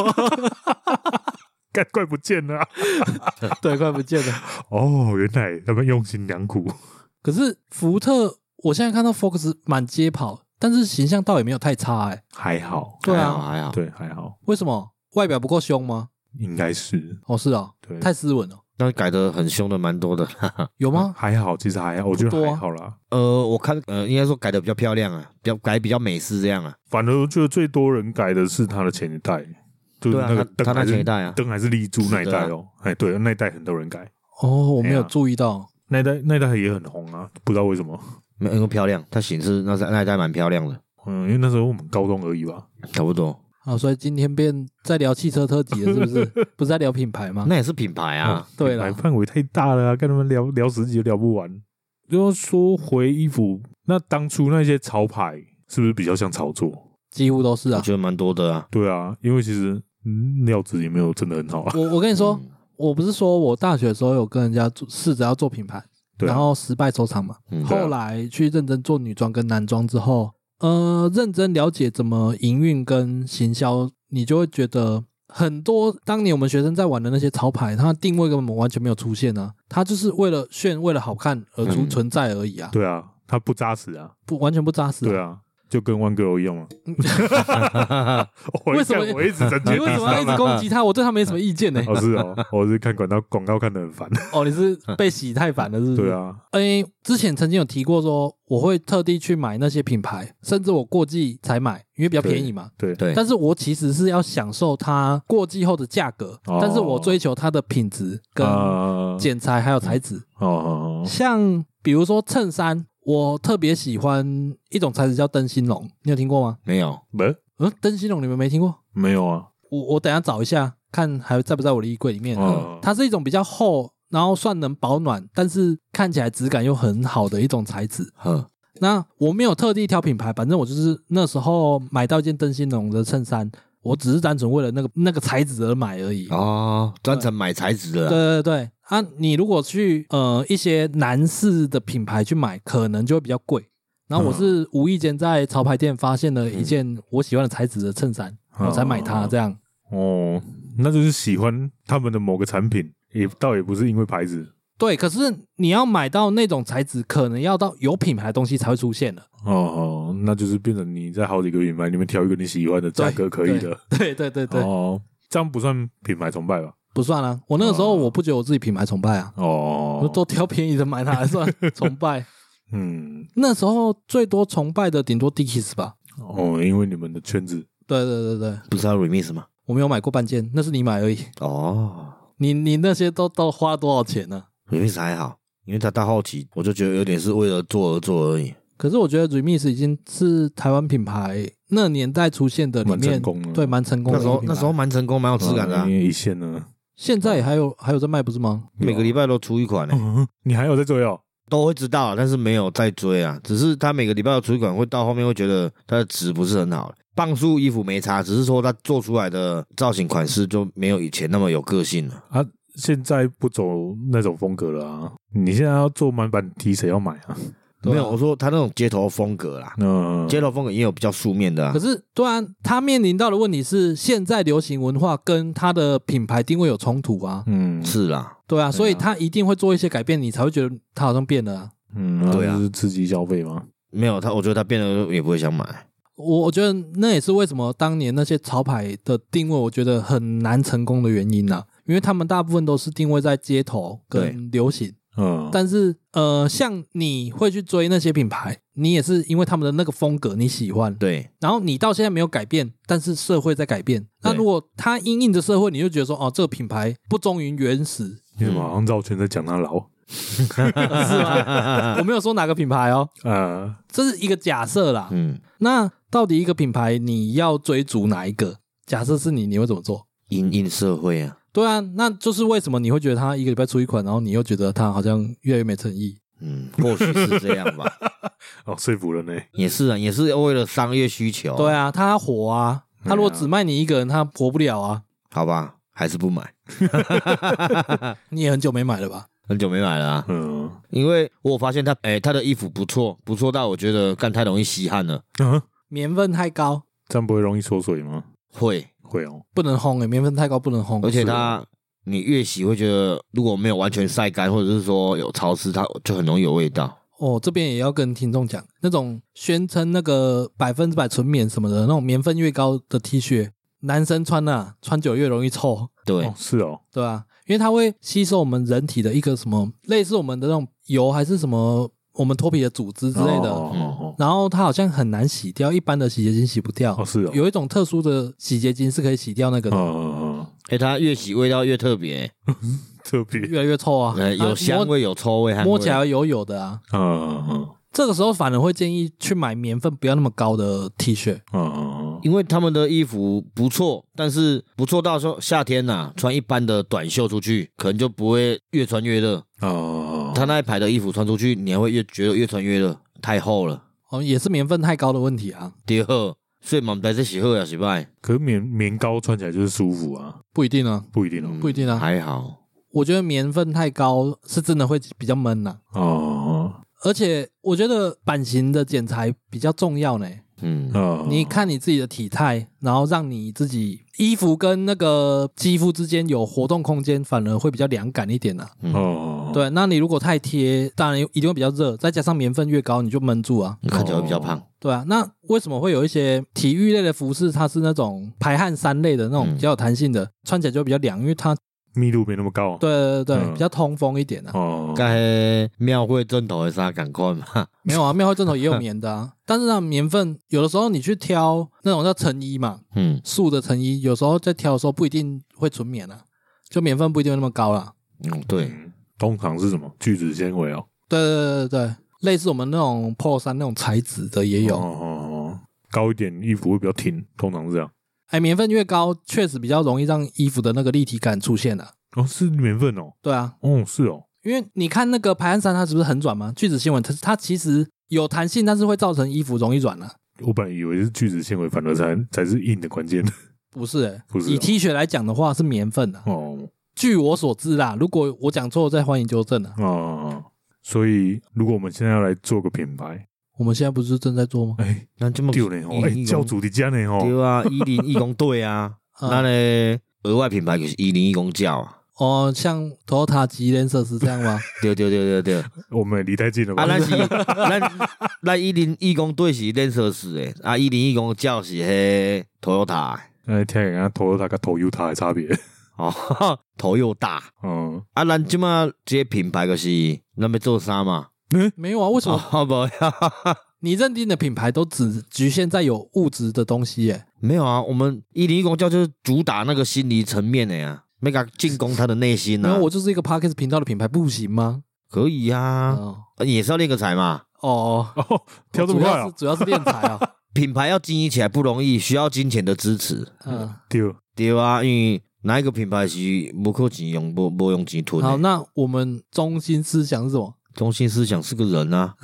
Speaker 3: 干怪不见了啊、
Speaker 1: 对，快不见了。
Speaker 3: 哦，原来他们用心良苦。 [LAUGHS]
Speaker 1: 可是福特，我现在看到 Focus 满街跑，但是形象倒也没有太差哎，
Speaker 3: 还好，
Speaker 1: 对
Speaker 2: 还
Speaker 1: 啊
Speaker 2: 好还好，
Speaker 3: 对，还好，
Speaker 1: 为什么？外表不够凶吗？
Speaker 3: 应该是
Speaker 1: 哦，是哦，
Speaker 3: 对，
Speaker 1: 太斯文了，
Speaker 2: 但改的很凶的，蛮多的。
Speaker 1: 有
Speaker 3: 嗯
Speaker 1: 吗？
Speaker 3: 还好，其实还好，我觉
Speaker 1: 不多
Speaker 3: 得
Speaker 1: 啊
Speaker 3: 还好啦。
Speaker 2: 呃，我看呃，应该说改的比较漂亮啊，比较改比较美式这样啊。
Speaker 3: 反而我觉得最多人改的是他的前一代，就是
Speaker 2: 对
Speaker 3: 那
Speaker 2: 啊他
Speaker 3: 个，灯
Speaker 2: 他那
Speaker 3: 还
Speaker 2: 前一
Speaker 3: 是
Speaker 2: 代啊，
Speaker 3: 灯还是立柱那
Speaker 2: 是
Speaker 3: 一
Speaker 2: 的
Speaker 3: 代
Speaker 2: 啊
Speaker 3: 哦。哎，对，那一代很多人改，
Speaker 1: 哦，我没有
Speaker 3: 哎呀
Speaker 1: 注意到。
Speaker 3: 那一代那一代也很红啊，不知道为什么。
Speaker 2: 没有因为漂亮，它显示那那一代蛮漂亮的，
Speaker 3: 嗯，因为那时候我们高中而已吧。
Speaker 2: 差不多。
Speaker 1: 啊，所以今天变在聊汽车特辑了，是不是？不是在聊品牌吗？
Speaker 2: 那也是品牌啊，
Speaker 1: 对
Speaker 3: 买
Speaker 1: 了，
Speaker 3: 范围太大了、啊，跟他们聊聊十集聊不完。就说回衣服，那当初那些潮牌是不是比较像炒作？
Speaker 1: 几乎都是
Speaker 2: 我
Speaker 1: 啊。
Speaker 2: 觉得蛮多的啊。
Speaker 3: 对啊，因为其实嗯料子也没有真的很好啊。
Speaker 1: 我我跟你说，
Speaker 2: 嗯，
Speaker 1: 我不是说我大学的时候有跟人家做试着要做品牌，
Speaker 3: 对啊，
Speaker 1: 然后失败收场嘛。
Speaker 2: 嗯
Speaker 3: 对啊
Speaker 1: 后来去认真做女装跟男装之后，呃，认真了解怎么营运跟行销，你就会觉得很多当年我们学生在玩的那些潮牌，它的定位根本完全没有出现啊，它就是为了炫、为了好看而出
Speaker 2: 嗯
Speaker 1: 存在而已啊，
Speaker 3: 对啊，它不扎实啊。
Speaker 1: 不完全不扎实、
Speaker 3: 对啊，就跟 One Girl 一
Speaker 1: [LAUGHS]
Speaker 3: 样嘛。我一
Speaker 1: 为什么
Speaker 3: 看我一直在
Speaker 1: 你
Speaker 3: 觉
Speaker 1: 为什么要一直攻击他？我对他没什么意
Speaker 3: [LAUGHS]
Speaker 1: 见呢、
Speaker 3: 哦，是哦，我是看广告广告看得很烦。
Speaker 1: 哦，你
Speaker 3: [LAUGHS]
Speaker 1: 是被洗太烦了，是不是？
Speaker 3: 对。啊，
Speaker 1: 哎，之前曾经有提过说，我会特地去买那些品牌，甚至我过季才买，因为比较便宜嘛。
Speaker 3: 对
Speaker 2: 对
Speaker 1: 但是我其实是要享受它过季后的价格，
Speaker 3: 哦
Speaker 1: 但是我追求它的品质跟
Speaker 3: 啊
Speaker 1: 剪裁还有材质。
Speaker 3: 哦，
Speaker 1: 像比如说衬衫，我特别喜欢一种材质叫灯芯绒，你有听过吗？
Speaker 2: 没有，
Speaker 3: 没
Speaker 1: 嗯，灯芯绒你们没听过？
Speaker 3: 没有啊，
Speaker 1: 我我等一下找一下，看还在不在我的衣柜里面。
Speaker 3: 哦
Speaker 1: 它是一种比较厚，然后算能保暖，但是看起来质感又很好的一种材质。
Speaker 2: 呵，
Speaker 1: 那我没有特地挑品牌，反正我就是那时候买到一件灯芯绒的衬衫，我只是单纯为了那个那个材质而买而已。
Speaker 2: 哦，专程买材质的啊，
Speaker 1: 对对对啊！你如果去呃一些男士的品牌去买，可能就会比较贵。然后我是无意间在潮牌店发现了一件我喜欢的材质的衬衫，我才买它。这样
Speaker 3: 哦，那就是喜欢他们的某个产品，也倒也不是因为牌子
Speaker 1: 对，可是你要买到那种材质，可能要到有品牌的东西才会出现的。
Speaker 3: 哦，那就是变成你在好几个品牌里面挑一个你喜欢的，价格可以的。
Speaker 1: 对对对对，
Speaker 3: 哦，这样不算品牌崇拜吧？
Speaker 1: 不算啊。我那个时候
Speaker 3: 哦
Speaker 1: 我不觉得我自己品牌崇拜啊，我
Speaker 3: 哦，
Speaker 1: 都挑便宜的买，哪还算崇拜？ [LAUGHS]
Speaker 3: 嗯，
Speaker 1: 那时候最多崇拜的顶多 Dickies 吧。
Speaker 3: 哦，因为你们的圈子
Speaker 1: 对对对对，
Speaker 2: 不是要 remix 吗？
Speaker 1: 我没有买过半件，那是你买而已。
Speaker 2: 哦
Speaker 1: 你你那些都都花多少钱呢、
Speaker 2: ，remix 还好，因为他到后期我就觉得有点是为了做而做而已。
Speaker 1: 可是我觉得 Remix 已经是台湾品牌那年代出现的里
Speaker 3: 蛮成
Speaker 1: 面
Speaker 3: 功的，
Speaker 1: 对蛮成功的
Speaker 2: 那
Speaker 1: 一
Speaker 2: 时
Speaker 1: 个
Speaker 2: 候
Speaker 1: 品牌。
Speaker 2: 那时候蛮成功，蛮有质感的啊
Speaker 3: 嗯，因为一线呢，
Speaker 1: 现在也还有还有在卖不是吗？
Speaker 2: 每个礼拜都出一款呢，
Speaker 3: 嗯，你还有在追哦？
Speaker 2: 都会知道啊，但是没有再追啊。只是他每个礼拜都出一款，会到后面会觉得它的质不是很好。磅数衣服没差，只是说它做出来的造型款式就没有以前那么有个性了。
Speaker 3: 现在不走那种风格了啊！你现在要做满版 T，谁要买啊？
Speaker 1: 对啊
Speaker 2: 没有，我说它那种街头风格啦，
Speaker 3: 嗯，
Speaker 2: 街头风格也有比较素面的啊
Speaker 1: 可。是突然他面临到的问题是，现在流行文化跟他的品牌定位有冲突啊。
Speaker 3: 嗯
Speaker 2: 是啦，
Speaker 1: 对啊，所以
Speaker 3: 对啊
Speaker 1: 他一定会做一些改变，你才会觉得他好像变了、啊。
Speaker 3: 嗯，
Speaker 2: 对
Speaker 3: 对
Speaker 2: 啊
Speaker 3: 啊，就是刺激消费嘛。
Speaker 2: 没有他，我觉得他变得也不会想买。
Speaker 1: 我我觉得那也是为什么当年那些潮牌的定位，我觉得很难成功的原因啊，因为他们大部分都是定位在街头跟流行。
Speaker 3: 嗯，
Speaker 1: 但是呃，像你会去追那些品牌，你也是因为他们的那个风格你喜欢，
Speaker 2: 对，
Speaker 1: 然后你到现在没有改变，但是社会在改变。那
Speaker 2: 对
Speaker 1: 如果它因应着社会，你就觉得说哦，这个品牌不忠于原始， [LAUGHS]
Speaker 3: 你怎么好像绕圈在讲他老？
Speaker 1: 是吗？我 [LAUGHS] 没有说哪个品牌哦，
Speaker 3: 呃，
Speaker 1: 这是一个假设啦。
Speaker 2: [LAUGHS] 嗯，
Speaker 1: 那到底一个品牌你要追逐哪一个？假设是你，你会怎么做？
Speaker 2: 因应社会啊，
Speaker 1: 对啊，那就是为什么你会觉得它一个礼拜出一款，然后你又觉得它好像越来越没诚意？
Speaker 2: 嗯，或许是这样吧，
Speaker 3: 哦，说服人呢。
Speaker 2: 也是啊，也是为了商业需求。
Speaker 1: 对，啊，它火啊，它如果
Speaker 3: 对啊
Speaker 1: 只卖你一个人，它活不了啊。
Speaker 2: 好吧，还是不买，
Speaker 1: 你也很久没买了吧？
Speaker 2: 很久没买了啊。
Speaker 3: 嗯
Speaker 2: 因为我发现他，哎、他的衣服不错，不错到我觉得干太容易吸汗了，
Speaker 3: 啊，
Speaker 1: 棉分太高
Speaker 3: 这样不会容易缩水吗？
Speaker 2: 会，
Speaker 3: 会哦，
Speaker 1: 不能烘诶、棉分太高不能烘。
Speaker 2: 而且
Speaker 1: 哦是
Speaker 2: 他你越洗会觉得，如果没有完全晒干，或者是说有潮湿，它就很容易有味道。
Speaker 1: 哦，这边也要跟听众讲，那种宣称那个百分之百纯棉什么的，那种棉分越高的 T 恤，男生穿啊，穿久越容易臭，
Speaker 2: 对，
Speaker 3: 哦是哦，
Speaker 1: 对吧、因为它会吸收我们人体的一个什么类似我们的那种油还是什么我们脱皮的组织之类的，
Speaker 3: 哦哦
Speaker 1: 然后它好像很难洗掉，一般的洗洁精洗不掉。
Speaker 3: 哦哦是哦，
Speaker 1: 嗯有一种特殊的洗洁精是可以洗掉那个的，
Speaker 3: 嗯，嗯
Speaker 2: 哎、它越洗味道越特别、
Speaker 3: 嗯特别，
Speaker 1: 越来越臭啊，啊
Speaker 2: 呃，有香，味，有臭味，汗
Speaker 1: 摸
Speaker 2: 味
Speaker 1: 摸起来油油的啊。
Speaker 3: 嗯嗯嗯
Speaker 1: 这个时候反而会建议去买棉分不要那么高的 T 恤。
Speaker 3: 嗯嗯嗯，
Speaker 2: 因为他们的衣服不错，但是不错到说夏天呐、穿一般的短袖出去，可能就不会越穿越热。
Speaker 3: 哦，
Speaker 2: 他那一排的衣服穿出去，你还会越觉得越穿越热，太厚了。
Speaker 1: 哦，也是棉分太高的问题啊，
Speaker 2: 第二，所以嘛，在这洗后也是拜，
Speaker 3: 可是棉棉膏穿起来就是舒服啊，
Speaker 1: 不一定啊，
Speaker 3: 不一定哦。
Speaker 1: 不一定啊
Speaker 2: 嗯还好，
Speaker 1: 我觉得棉分太高是真的会比较闷呐、啊
Speaker 3: 哦，
Speaker 1: 而且我觉得版型的剪裁比较重要呢。
Speaker 2: 嗯，
Speaker 3: 啊，
Speaker 1: 你看你自己的体态，然后让你自己衣服跟那个肌肤之间有活动空间，反而会比较凉感一点啊。
Speaker 3: 哦，
Speaker 1: 对，那你如果太贴，当然一定会比较热，再加上棉分越高，你就闷住啊。
Speaker 3: 嗯
Speaker 2: 看起来会比较胖。
Speaker 1: 对啊，那为什么会有一些体育类的服饰，它是那种排汗衫类的那种
Speaker 2: 嗯
Speaker 1: 比较有弹性的，穿起来就比较凉，因为它
Speaker 3: 密度没那么高，，
Speaker 1: 对对对对
Speaker 3: 嗯
Speaker 1: 比较通风一点啊。
Speaker 3: 哦，
Speaker 2: 该迄庙会正头的衫赶快嘛， [LAUGHS]
Speaker 1: 没有啊，庙会正头也有棉的
Speaker 3: [LAUGHS]
Speaker 1: 啊，但是那棉分有的时候你去挑那种叫成衣嘛，
Speaker 2: 嗯，
Speaker 1: 素的成衣，有时候在挑的时候不一定会纯棉啊，就棉分不一定会那么高啦。
Speaker 2: 嗯，对，
Speaker 3: 嗯，通常是什么聚酯纤维哦，
Speaker 1: 对对对对对，类似我们那种 PO 衫那种材质的也有
Speaker 3: 哦，哦哦，高一点衣服会比较挺，通常是这样。
Speaker 1: 哎、棉分越高，确实比较容易让衣服的那个立体感出现啊。
Speaker 3: 哦，是棉分哦，
Speaker 1: 对啊，
Speaker 3: 哦是哦，
Speaker 1: 因为你看那个排汗衫，它是不是很软吗？聚酯纤维它它其实有弹性，但是会造成衣服容易软啊。
Speaker 3: 我本来以为是聚酯纤维，反而才才是硬的关键
Speaker 1: 不是、欸，
Speaker 3: 不是哦
Speaker 1: 以 T 恤来讲的话是棉分啊。
Speaker 3: 哦
Speaker 1: 据我所知啦，如果我讲错，再欢迎纠正啊。
Speaker 3: 哦，所以如果我们现在要来做个品牌，
Speaker 1: 我们现在不是正在做吗？
Speaker 3: 哎，
Speaker 2: 那这么
Speaker 3: 丢呢哦，哎，
Speaker 2: 一
Speaker 3: 教主的家呢哦，
Speaker 2: 对啊，一零义工队啊，
Speaker 1: 嗯
Speaker 2: 那嘞额外品牌就是一零义工教啊，
Speaker 1: 哦，像 Toyota 吉连社是这样吗？ [LAUGHS]
Speaker 2: 对对对对对，
Speaker 3: 我们离太近了
Speaker 2: [LAUGHS] 啊，
Speaker 3: 吧？
Speaker 2: 咱是咱咱一零义工队是练设施诶，啊一零义工教是迄头又大的，
Speaker 3: [LAUGHS] 哎，听人家头 o 他跟头 u 他的差别，
Speaker 2: 哦， [LAUGHS] 头又大，
Speaker 3: 嗯，
Speaker 2: 啊咱即马这个品牌就是咱要做啥嘛，
Speaker 1: 没有啊，为什么
Speaker 2: [LAUGHS] 哦无呀，
Speaker 1: 你认定的品牌都只局限在有物质的东西、欸？
Speaker 2: 没有啊，我们一零义工教就是主打那个心理层面的呀、啊，没敢进攻他的内心
Speaker 1: 然
Speaker 2: 啊
Speaker 1: 后，我就是一个 Parkes 频道的品牌，不行吗？
Speaker 2: 可以啊，
Speaker 1: 哦
Speaker 2: 也是要练个财嘛。
Speaker 1: 哦，
Speaker 3: 哦，跳这么
Speaker 1: 主
Speaker 3: 快
Speaker 1: 要
Speaker 3: 啊
Speaker 1: 是，主要是练财啊。
Speaker 2: 品牌要经营起来不容易，需要金钱的支持，
Speaker 1: 嗯，
Speaker 3: 丢，
Speaker 2: 对啊，因为哪一个品牌是不靠钱用，不不用钱吞
Speaker 1: 好，
Speaker 2: 的。
Speaker 1: 那我们中心思想是什么？
Speaker 2: 中心思想是个人啊，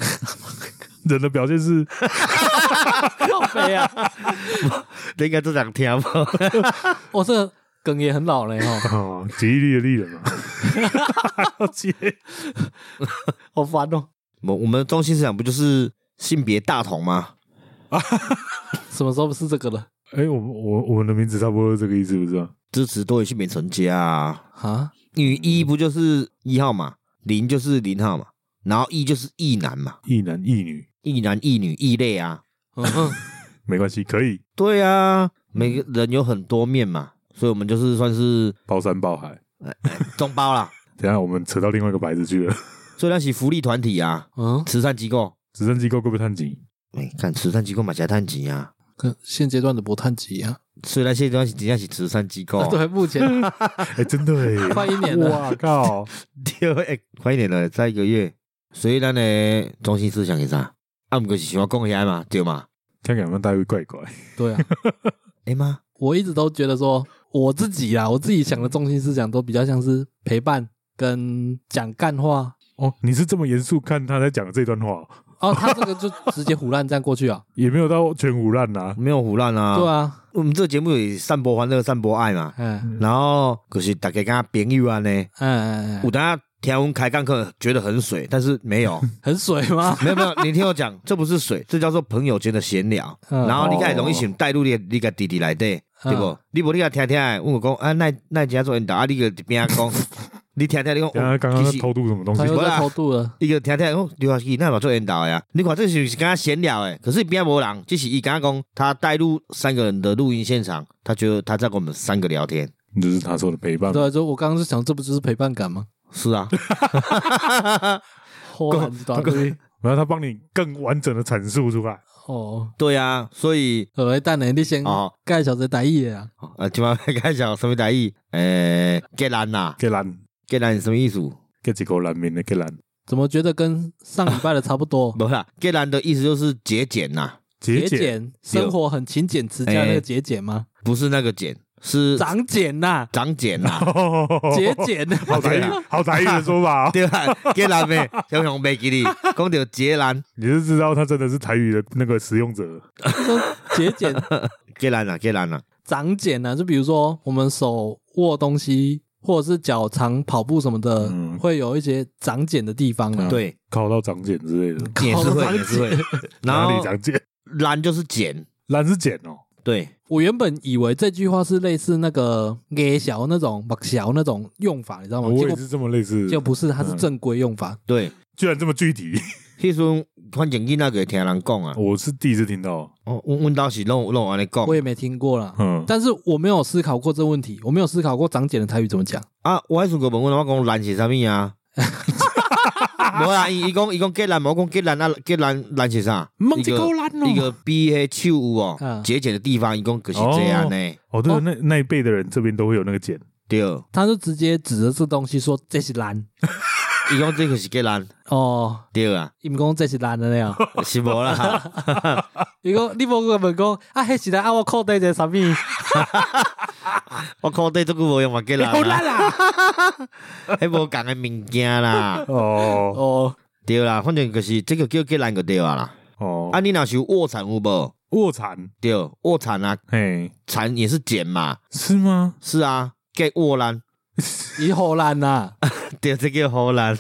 Speaker 3: 人的表现
Speaker 1: [LAUGHS]
Speaker 3: 是
Speaker 1: 靠背啊！ [LAUGHS]
Speaker 2: 你应该都想听吧？
Speaker 1: 我、哦这个梗也很老了哈，
Speaker 3: [LAUGHS] 哦，极力的利人
Speaker 2: [LAUGHS]
Speaker 3: 嘛，要接
Speaker 1: [LAUGHS] 好烦哦。
Speaker 2: 我我们的中心思想不就是性别大同吗？
Speaker 1: 什么时候是这个了
Speaker 3: 哎，我们我我们的名字差不多是这个意思，不是吗？
Speaker 2: 支持多元性别成家啊，
Speaker 1: 啊？
Speaker 2: 因为一不就是一号嘛，零就是零号嘛，然后一就是一男嘛，
Speaker 3: 一男一女
Speaker 2: 一男一女异类啊，
Speaker 1: 嗯哼
Speaker 3: 没关系，可以
Speaker 2: 对啊，每个人有很多面嘛，所以我们就是算是
Speaker 3: 包山包海。
Speaker 2: 中包啦，
Speaker 3: 等一下我们扯到另外一个牌子去了，
Speaker 2: 所以那是福利团体啊，
Speaker 1: 嗯，
Speaker 2: 慈善机构。
Speaker 3: 直升机够够不
Speaker 2: [LAUGHS]
Speaker 3: 探井？
Speaker 2: 哎、看慈善机构嘛，才探钱啊。
Speaker 1: 跟现阶段的博探级啊，，
Speaker 2: 虽然现在真正是慈善机构
Speaker 1: [LAUGHS]
Speaker 2: 啊
Speaker 1: 对，目前
Speaker 3: 哎，真的哎，
Speaker 1: 快一年了
Speaker 3: 哇靠！
Speaker 2: [LAUGHS] 对，哎、快一点了，再一个月。所以咱的中心思想是啥？啊，毋过是想要讲起来嘛，对嘛？
Speaker 3: 看看有没有待遇怪怪。
Speaker 1: 对啊，
Speaker 2: 哎、妈，
Speaker 1: 我一直都觉得说我自己啊，我自己想的中心思想都比较像是陪伴跟讲干话。
Speaker 3: 哦，你是这么严肃看他在讲这段话，
Speaker 1: 哦，他这个就直接胡乱这样过去啊？
Speaker 3: 也没有到全胡烂呐。
Speaker 2: 没有胡乱啊。
Speaker 1: 对， [LAUGHS] 啊，
Speaker 2: 我们这节目也散播欢乐、散播爱嘛。
Speaker 1: 哎
Speaker 2: 然后就是大家跟朋友啊呢，
Speaker 1: 哎哎，
Speaker 2: 有
Speaker 1: 哎
Speaker 2: 当下听我们开杠课觉得很水，但是没 [LAUGHS] 有，
Speaker 1: 很水吗？
Speaker 2: 没有没有，你听我讲，这不是水，这叫做朋友间的闲聊。
Speaker 1: 嗯
Speaker 2: 然后你较容易想带入你的你个弟弟来底，
Speaker 1: 嗯
Speaker 2: 对不？你无你甲听听的，我讲啊，那那家做引导啊，你个一边 [LAUGHS] 讲，你听听你讲
Speaker 3: 等一下
Speaker 2: 哦，
Speaker 3: 刚刚在
Speaker 2: 其实
Speaker 3: 偷渡什么东西
Speaker 1: 他？又
Speaker 2: 不
Speaker 1: 在
Speaker 2: 啦
Speaker 1: 偷渡了。
Speaker 2: 伊个听听讲，刘华奇那嘛做引导的呀？你看这是是跟他闲聊诶，可是边无人，只是伊刚刚讲他带入三个人的录音现场，他觉得他在跟我们三个聊天。
Speaker 3: 就是他说的陪伴。
Speaker 1: 对啊，就我刚刚是想，这不就是陪伴感 [LAUGHS] 吗？
Speaker 2: 是啊， [LAUGHS]
Speaker 1: 后来知道对
Speaker 3: 然后他帮你更完整的阐述出来。
Speaker 1: 哦，
Speaker 2: 对啊，所以
Speaker 1: 呃，蛋呢，你先
Speaker 2: 哦
Speaker 1: 盖小子打意啊，
Speaker 2: 呃，今晚开讲什么台语？诶、欸，给难呐，
Speaker 3: 给蓝，
Speaker 2: 给难什么意思？
Speaker 3: 给几口蓝面的给蓝，
Speaker 1: 怎么觉得跟上礼拜的差不多？
Speaker 2: 不啦，给难的意思就是节俭啊呐，
Speaker 3: [LAUGHS] 节 [LAUGHS] 俭。
Speaker 1: 俭，生活很勤俭持家那个节俭吗？
Speaker 2: 不是那个俭，是
Speaker 1: 长俭呐，
Speaker 2: 长俭啊呐
Speaker 3: [LAUGHS] 节
Speaker 1: 节，俭， [LAUGHS]
Speaker 3: 好台语，好台语的说法哦。
Speaker 2: 对啊，给难呗，小熊没给你，讲到节难，
Speaker 3: [LAUGHS] 你就知道他真的是台语的那个使用者。
Speaker 1: 节
Speaker 3: [LAUGHS]
Speaker 1: 俭，
Speaker 2: 给难啦，给难啦，
Speaker 1: 长茧啊，就比如说我们手握东西，或者是脚长跑步什么的，
Speaker 3: 嗯
Speaker 1: 会有一些长茧的地方啊。
Speaker 3: 嗯
Speaker 2: 对，
Speaker 3: 靠到长茧之类的，
Speaker 2: [LAUGHS] 也是会，也是会。然
Speaker 3: 哪里
Speaker 2: 后
Speaker 3: 长茧？
Speaker 2: 蓝就是减，
Speaker 3: 蓝是减哦，
Speaker 2: 对，
Speaker 1: 我原本以为这句话是类似那个“给小”那种“把小”那种用法，你知道吗？
Speaker 3: 我
Speaker 1: 哦结
Speaker 3: 也
Speaker 1: 果
Speaker 3: 是嗯这么类似，
Speaker 1: 就不是，它是正规用法。
Speaker 2: 对，
Speaker 3: 居然这么具体，
Speaker 2: 迄阵反正囡仔个听人讲啊，
Speaker 3: 我是第一次听到。
Speaker 2: 哦，阮阮当时拢拢安尼
Speaker 3: 哦
Speaker 2: 讲
Speaker 1: 我也没听过啦，
Speaker 3: 嗯，
Speaker 1: 但是我没有思考过这问题，我没有思考过长茧的台语怎么讲。
Speaker 2: 啊，我迄阵个问阮我讲蓝是啥物啊？无啦，伊伊讲伊讲结兰，无讲结兰啊，结兰兰是啥？
Speaker 1: 忘
Speaker 2: 一
Speaker 1: 记
Speaker 2: 个
Speaker 1: 够烂
Speaker 2: 一
Speaker 1: 哦！
Speaker 2: 个比迄手有哦
Speaker 1: 嗯，
Speaker 2: 节俭的地方，伊讲就是这样呢，
Speaker 3: 哦，对
Speaker 1: 哦，
Speaker 3: 那那一辈的人这边都会有那个减，
Speaker 2: 对，
Speaker 1: 他就直接指着这东西说这是蓝
Speaker 2: 伊讲这就是结兰，
Speaker 1: 哦，
Speaker 2: 对啊，
Speaker 1: 伊们讲这是蓝的那
Speaker 2: [LAUGHS]
Speaker 1: 样。
Speaker 2: 是无啦，
Speaker 1: 伊讲你无个问讲啊，迄是来啊，我口袋一个啥物？
Speaker 2: 我靠，对这个无用嘛，结兰
Speaker 1: 好
Speaker 2: 啦
Speaker 1: 烂，
Speaker 2: [LAUGHS]
Speaker 1: 啊！
Speaker 2: 迄无共的物件啦，
Speaker 1: [LAUGHS]
Speaker 3: 哦
Speaker 1: 哦，
Speaker 2: 对啦，反正就是这个叫结兰就对啊啦。
Speaker 3: 哦
Speaker 2: 啊，，你若是有卧蚕有无？
Speaker 3: 卧蚕，
Speaker 2: 对，卧蚕啊，
Speaker 3: 嘿，
Speaker 2: 蚕也是碱嘛，
Speaker 3: 是吗？
Speaker 2: 是啊，叫卧兰，
Speaker 1: 伊好烂啊呐！
Speaker 2: [LAUGHS] 嗯对，这叫荷兰，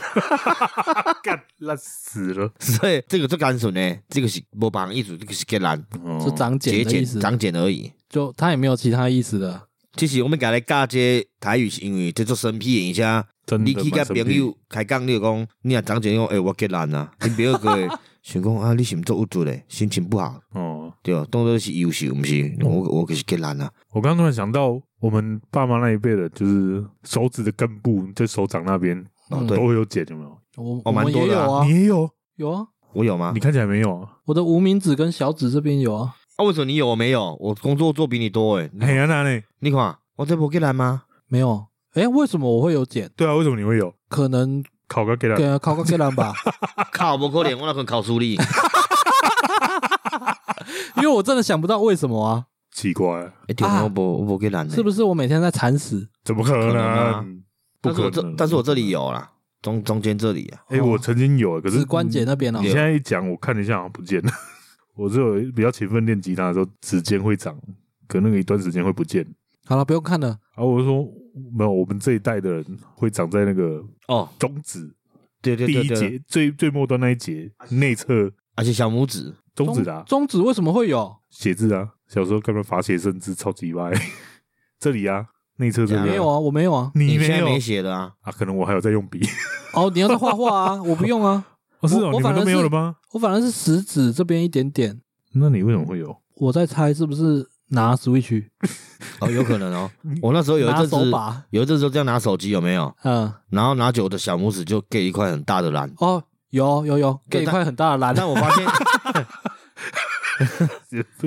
Speaker 2: [LAUGHS]
Speaker 3: 干烂死了，
Speaker 2: 所以这个最单纯呢，这个是无别人意思，这个是结兰，
Speaker 1: 就
Speaker 3: 哦
Speaker 1: 长茧
Speaker 2: 节
Speaker 1: 的意
Speaker 2: 俭
Speaker 1: 思，
Speaker 2: 长茧而已。
Speaker 1: 就他也没有其他意思的。
Speaker 2: 其实我们家来教这台语，是因为这做生僻的，而且
Speaker 3: 真
Speaker 2: 你
Speaker 3: 的
Speaker 2: 去甲
Speaker 3: 蛮
Speaker 2: 朋
Speaker 3: 神秘
Speaker 2: 友开讲，你就讲，你若长茧讲，诶、我结兰
Speaker 3: [LAUGHS]
Speaker 2: 啊，你朋友个想讲啊，你是毋做有做嘞，心情不好，
Speaker 3: 哦。
Speaker 2: 对，当做是优秀，毋是，我我可是结兰啊，
Speaker 3: 我刚刚突然想到，我们爸妈那一辈的，就是手指的根部在手掌那边
Speaker 2: 哦
Speaker 1: 嗯
Speaker 2: 对
Speaker 3: 都会有茧，有没有？
Speaker 1: 我我
Speaker 2: 哦蛮
Speaker 1: 们
Speaker 2: 多
Speaker 1: 也
Speaker 2: 的啊
Speaker 1: 有啊，
Speaker 3: 你也有，
Speaker 1: 有啊，
Speaker 2: 我有吗
Speaker 3: 你？看起来没有啊？
Speaker 1: 我的无名指跟小指这边有啊，
Speaker 2: 啊，为什么你有我没有？我工作做比你多诶，
Speaker 3: 哎呀，那呢？
Speaker 2: 你看我这无结兰吗？
Speaker 1: 没有。诶，为什么我会有茧？
Speaker 3: 对啊，为什么你会有？
Speaker 1: 可
Speaker 2: [LAUGHS]
Speaker 1: 能呃
Speaker 3: 考个给他，
Speaker 2: 啊
Speaker 1: 跟考个客人吧，
Speaker 2: 靠，无可能，我那可考输 [LAUGHS] 你。
Speaker 1: 因为我真的想不到为什么
Speaker 2: [LAUGHS]
Speaker 1: 啊，
Speaker 3: 奇怪，
Speaker 2: 一点我无我无给拦的，
Speaker 1: 是不
Speaker 2: 是？
Speaker 1: 是我每天在惨死？
Speaker 3: 怎么可
Speaker 2: 可能啊
Speaker 3: 能？不
Speaker 2: 但是
Speaker 3: 可
Speaker 2: 我这
Speaker 3: 能。
Speaker 2: 但是我这里有啦，中中间这里啊，
Speaker 3: 哎，我曾经有，可是
Speaker 1: 指关节那边啊
Speaker 2: 嗯
Speaker 3: 你，现在一讲，我看了一下，好像不见了。 [LAUGHS] 我只有比较勤奋练吉他的时候，指尖会长，可能有一段时间会不见。
Speaker 1: 好了，不用看了。
Speaker 3: 然后我就说，没有，我们这一代的人会长在那个
Speaker 2: 哦，
Speaker 3: 中指
Speaker 2: 对对
Speaker 3: 第
Speaker 2: 对
Speaker 3: 一
Speaker 2: 对，啊
Speaker 3: 节最最末端那一节内侧
Speaker 2: 而且小拇指，
Speaker 3: 中指的啊
Speaker 1: 中指为什么会有？
Speaker 3: 写字啊，小时候根本罚写生字超级歪。 [LAUGHS] 这里啊，内侧这
Speaker 2: 嗯
Speaker 3: 边
Speaker 1: 没有，啊，我没有啊。
Speaker 3: 你
Speaker 2: 现
Speaker 3: 没
Speaker 2: 在
Speaker 3: 有
Speaker 2: 没写的啊，
Speaker 3: 啊？可能我还有在用笔。
Speaker 1: 哦，你要在画画
Speaker 2: [LAUGHS]
Speaker 1: 啊，我不用啊，
Speaker 3: [LAUGHS] 哦，是
Speaker 1: 我
Speaker 3: 哦，你们
Speaker 1: 反而
Speaker 3: 都没有
Speaker 1: 是
Speaker 3: 了吗？
Speaker 1: 我反而是食指这边一点点。
Speaker 3: [LAUGHS] 那你为什么会有？
Speaker 1: 我在猜是不是拿 Switch
Speaker 2: 哦，有可能哦。我那时候有一
Speaker 1: 拿
Speaker 2: 阵子
Speaker 1: 手，把？
Speaker 2: 有一阵子这样拿手机有没有？
Speaker 1: 嗯，，
Speaker 2: 然后拿久的小拇指就 get 一块很大的蓝
Speaker 1: 哦，有有有，
Speaker 2: 对
Speaker 1: 给一块很大的蓝。
Speaker 2: 但我 [LAUGHS] 发现
Speaker 1: [LAUGHS] [LAUGHS]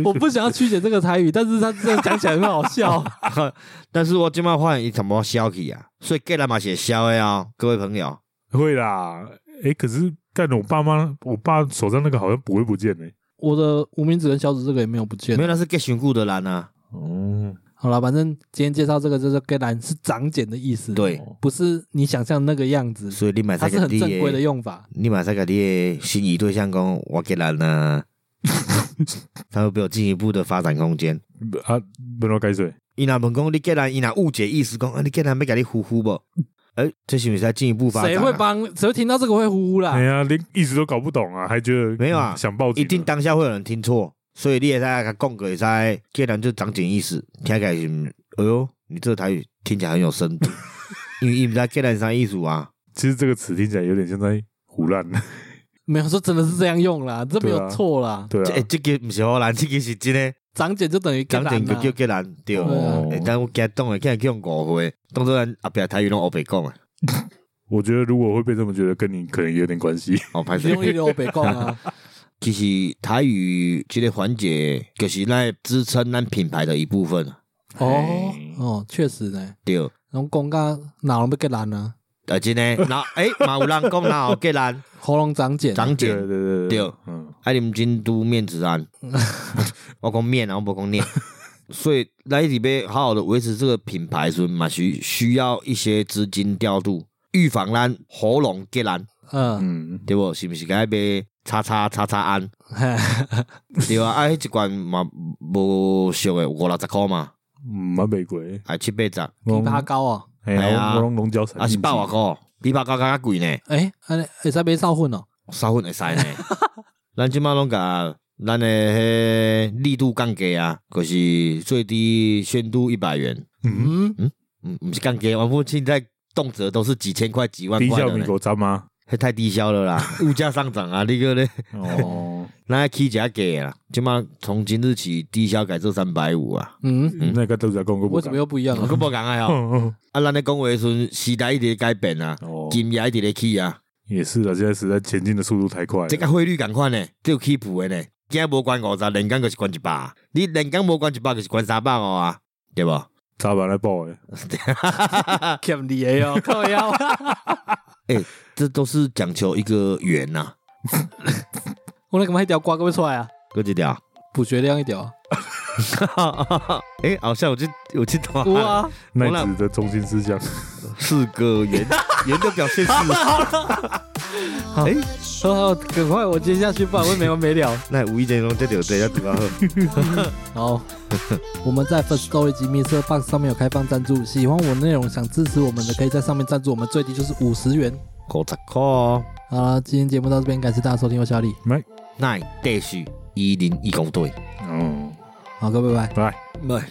Speaker 1: 我不
Speaker 3: [LAUGHS]
Speaker 1: 想要曲解这个台语，但是他这样讲起来很好笑。
Speaker 2: [LAUGHS] 但是我今麦发现一怎么消去啊，所以 get 了嘛写消的哦，各位朋友，
Speaker 3: 会啦。哎，可是干我爸妈，我爸手上那个好像不会不见呢。
Speaker 1: 我的无名指跟小指这个也没有不见
Speaker 2: 没。有那是 get 寻故的蓝啊，
Speaker 3: 哦，
Speaker 1: 好了，反正今天介绍这个就是“跟蓝”是长茧的意思，，
Speaker 2: 对，
Speaker 1: 不是你想象那个样子，
Speaker 2: 所以你买
Speaker 1: 它
Speaker 2: 三
Speaker 1: 是
Speaker 2: 个
Speaker 1: 很
Speaker 2: D
Speaker 1: 正规的
Speaker 2: 的，
Speaker 1: 用法。
Speaker 2: 你买三个 D 的心仪对象讲我 get 蓝
Speaker 1: [LAUGHS]
Speaker 2: 啊，他会不会有进一步的发展空间？
Speaker 3: 啊，不能改水。
Speaker 2: 伊若问讲你既然伊若误解意思讲，啊你既然要甲你呼呼无？诶、这是毋是在进一步发展、啊？
Speaker 1: 谁会帮？谁会听到这个会呼呼啦
Speaker 3: 哎？呀，连意思都搞不懂啊，还觉得
Speaker 2: 没有啊
Speaker 3: 嗯想报警
Speaker 2: 一
Speaker 3: 啊，
Speaker 2: 定当下会有人听错，所以你也在甲讲过，会使既然就长点意思，听起来是毋，哎哟，你这个台语听起来很有深
Speaker 1: [LAUGHS]
Speaker 2: 度，因为伊毋知既然啥意思啊。
Speaker 3: 其实这个词听起来有点像在胡乱。 [LAUGHS]
Speaker 1: 没有说真的是这样用啦，这没
Speaker 3: 对
Speaker 1: 有
Speaker 3: 啊
Speaker 1: 错啦。
Speaker 3: 对
Speaker 2: 这、欸、
Speaker 3: 啊，
Speaker 2: 这个毋是荷兰，这个是真诶，
Speaker 1: 长茧就等于跟
Speaker 2: 长
Speaker 1: 蓝
Speaker 2: 点就
Speaker 1: 啊
Speaker 2: 叫既然
Speaker 1: 对
Speaker 2: 对。
Speaker 1: 啊
Speaker 3: 哦
Speaker 2: 欸但我惊当诶，竟然叫人误会，当做咱后壁台语拢乌白讲诶，
Speaker 3: 我觉得如果会被这么觉得，跟你可能有点关系。
Speaker 2: 哦，歹势
Speaker 1: 用
Speaker 2: [LAUGHS]
Speaker 1: 力流北贡啊，
Speaker 2: 其实台语这个环节，就是咱的支撑咱品牌的一部分，
Speaker 1: 哦
Speaker 3: 嘿
Speaker 1: 哦，确实呢，
Speaker 2: 对。
Speaker 1: 然后公家哪能被给蓝啊？
Speaker 2: 啊，真诶，然后诶，嘛有人讲然后皆然
Speaker 1: 喉咙长茧，
Speaker 2: 长
Speaker 3: [LAUGHS] 对
Speaker 2: 茧，
Speaker 3: 对
Speaker 2: 对，
Speaker 3: 嗯，
Speaker 2: 爱啉京都面子安， [LAUGHS] 我讲面啊，我无讲面，所以来一直要好好的维持这个品牌的时候，嘛需需要一些资金调度，预防咱喉咙皆然，
Speaker 1: 嗯，
Speaker 3: 嗯，
Speaker 2: 对不？是不是该买叉叉叉叉安， [LAUGHS]
Speaker 1: 嘿
Speaker 2: 对啊，啊，迄一罐嘛无俗诶，五六十箍嘛，
Speaker 3: 嗯，蛮玫瑰，
Speaker 2: 啊七八十，啊
Speaker 1: 枇杷膏啊，
Speaker 3: 哎
Speaker 2: 哎
Speaker 3: 呀，啊
Speaker 2: 呀
Speaker 3: 我拢龙角散，
Speaker 2: 是百外箍，比百高较较贵呢。
Speaker 1: 哎，安尼会使买少混哦，
Speaker 2: [LAUGHS] 三分会使呢。咱即马拢甲咱的迄力度降低啊，就是最低限度一百元，
Speaker 3: 嗯，
Speaker 1: 嗯，
Speaker 2: 嗯，不是降低，我们现在动辄都是几千块、几万
Speaker 3: 低
Speaker 2: 块
Speaker 3: 效
Speaker 2: 的
Speaker 3: 米
Speaker 2: 呢，
Speaker 3: 狗渣吗？
Speaker 2: 迄太低消了啦，物价上涨啊，你个咧，
Speaker 3: 哦，
Speaker 2: 咱要起一下价啦，即马从今日起低消改做三百五
Speaker 1: [LAUGHS]
Speaker 2: 啊，
Speaker 1: 嗯，
Speaker 2: 嗯
Speaker 3: 那个都在讲过不
Speaker 1: 为什
Speaker 3: 讲 [LAUGHS]
Speaker 1: 么又不一样
Speaker 2: 我
Speaker 1: 了？
Speaker 2: 佫无讲啊吼，
Speaker 3: 嗯
Speaker 2: 啊，咱咧讲话的时阵，时代一直在改变啊，
Speaker 3: 嗯哦，
Speaker 2: 金额一直在起啊，
Speaker 3: 也是了，现在时代前进的速度太快
Speaker 2: 这
Speaker 3: 了。
Speaker 2: 甲汇率共款呢，只有起步的呢，今仔无关五十，连工就是关一百啊，你连工无关一百就是关三百五啊，对无？
Speaker 3: 渣板来爆哎，
Speaker 1: 欠你的哦，靠腰。
Speaker 2: [LAUGHS] 这都是讲求一个圆呐、啊，
Speaker 1: [LAUGHS] 我那干嘛一条瓜割不出来啊？
Speaker 2: 搁一条。
Speaker 1: 补血量一条啊，
Speaker 2: 哎、好像我去我去打
Speaker 1: 有啊，
Speaker 3: 奈
Speaker 2: 我
Speaker 3: 子的中心思想，
Speaker 2: 四个圆圆的表
Speaker 1: [LAUGHS]
Speaker 2: 现是，哎、
Speaker 1: 好好，赶快我接下去，不然会没完没了。
Speaker 2: 那无意间中这就这要读啊。
Speaker 1: 然后 [LAUGHS] 我们在 First Story 及 Mr. Box 上面有开放赞助，喜欢我们的内容想支持我们的，可以在上面赞助，我们最低就是五十元。
Speaker 2: 五十块哦，
Speaker 1: 好了，今天节目到这边，感谢大家收听，我是小李，
Speaker 2: 那继续一零一公队，
Speaker 3: 嗯，
Speaker 1: 哦好，各位拜拜。
Speaker 3: 拜。
Speaker 2: 拜。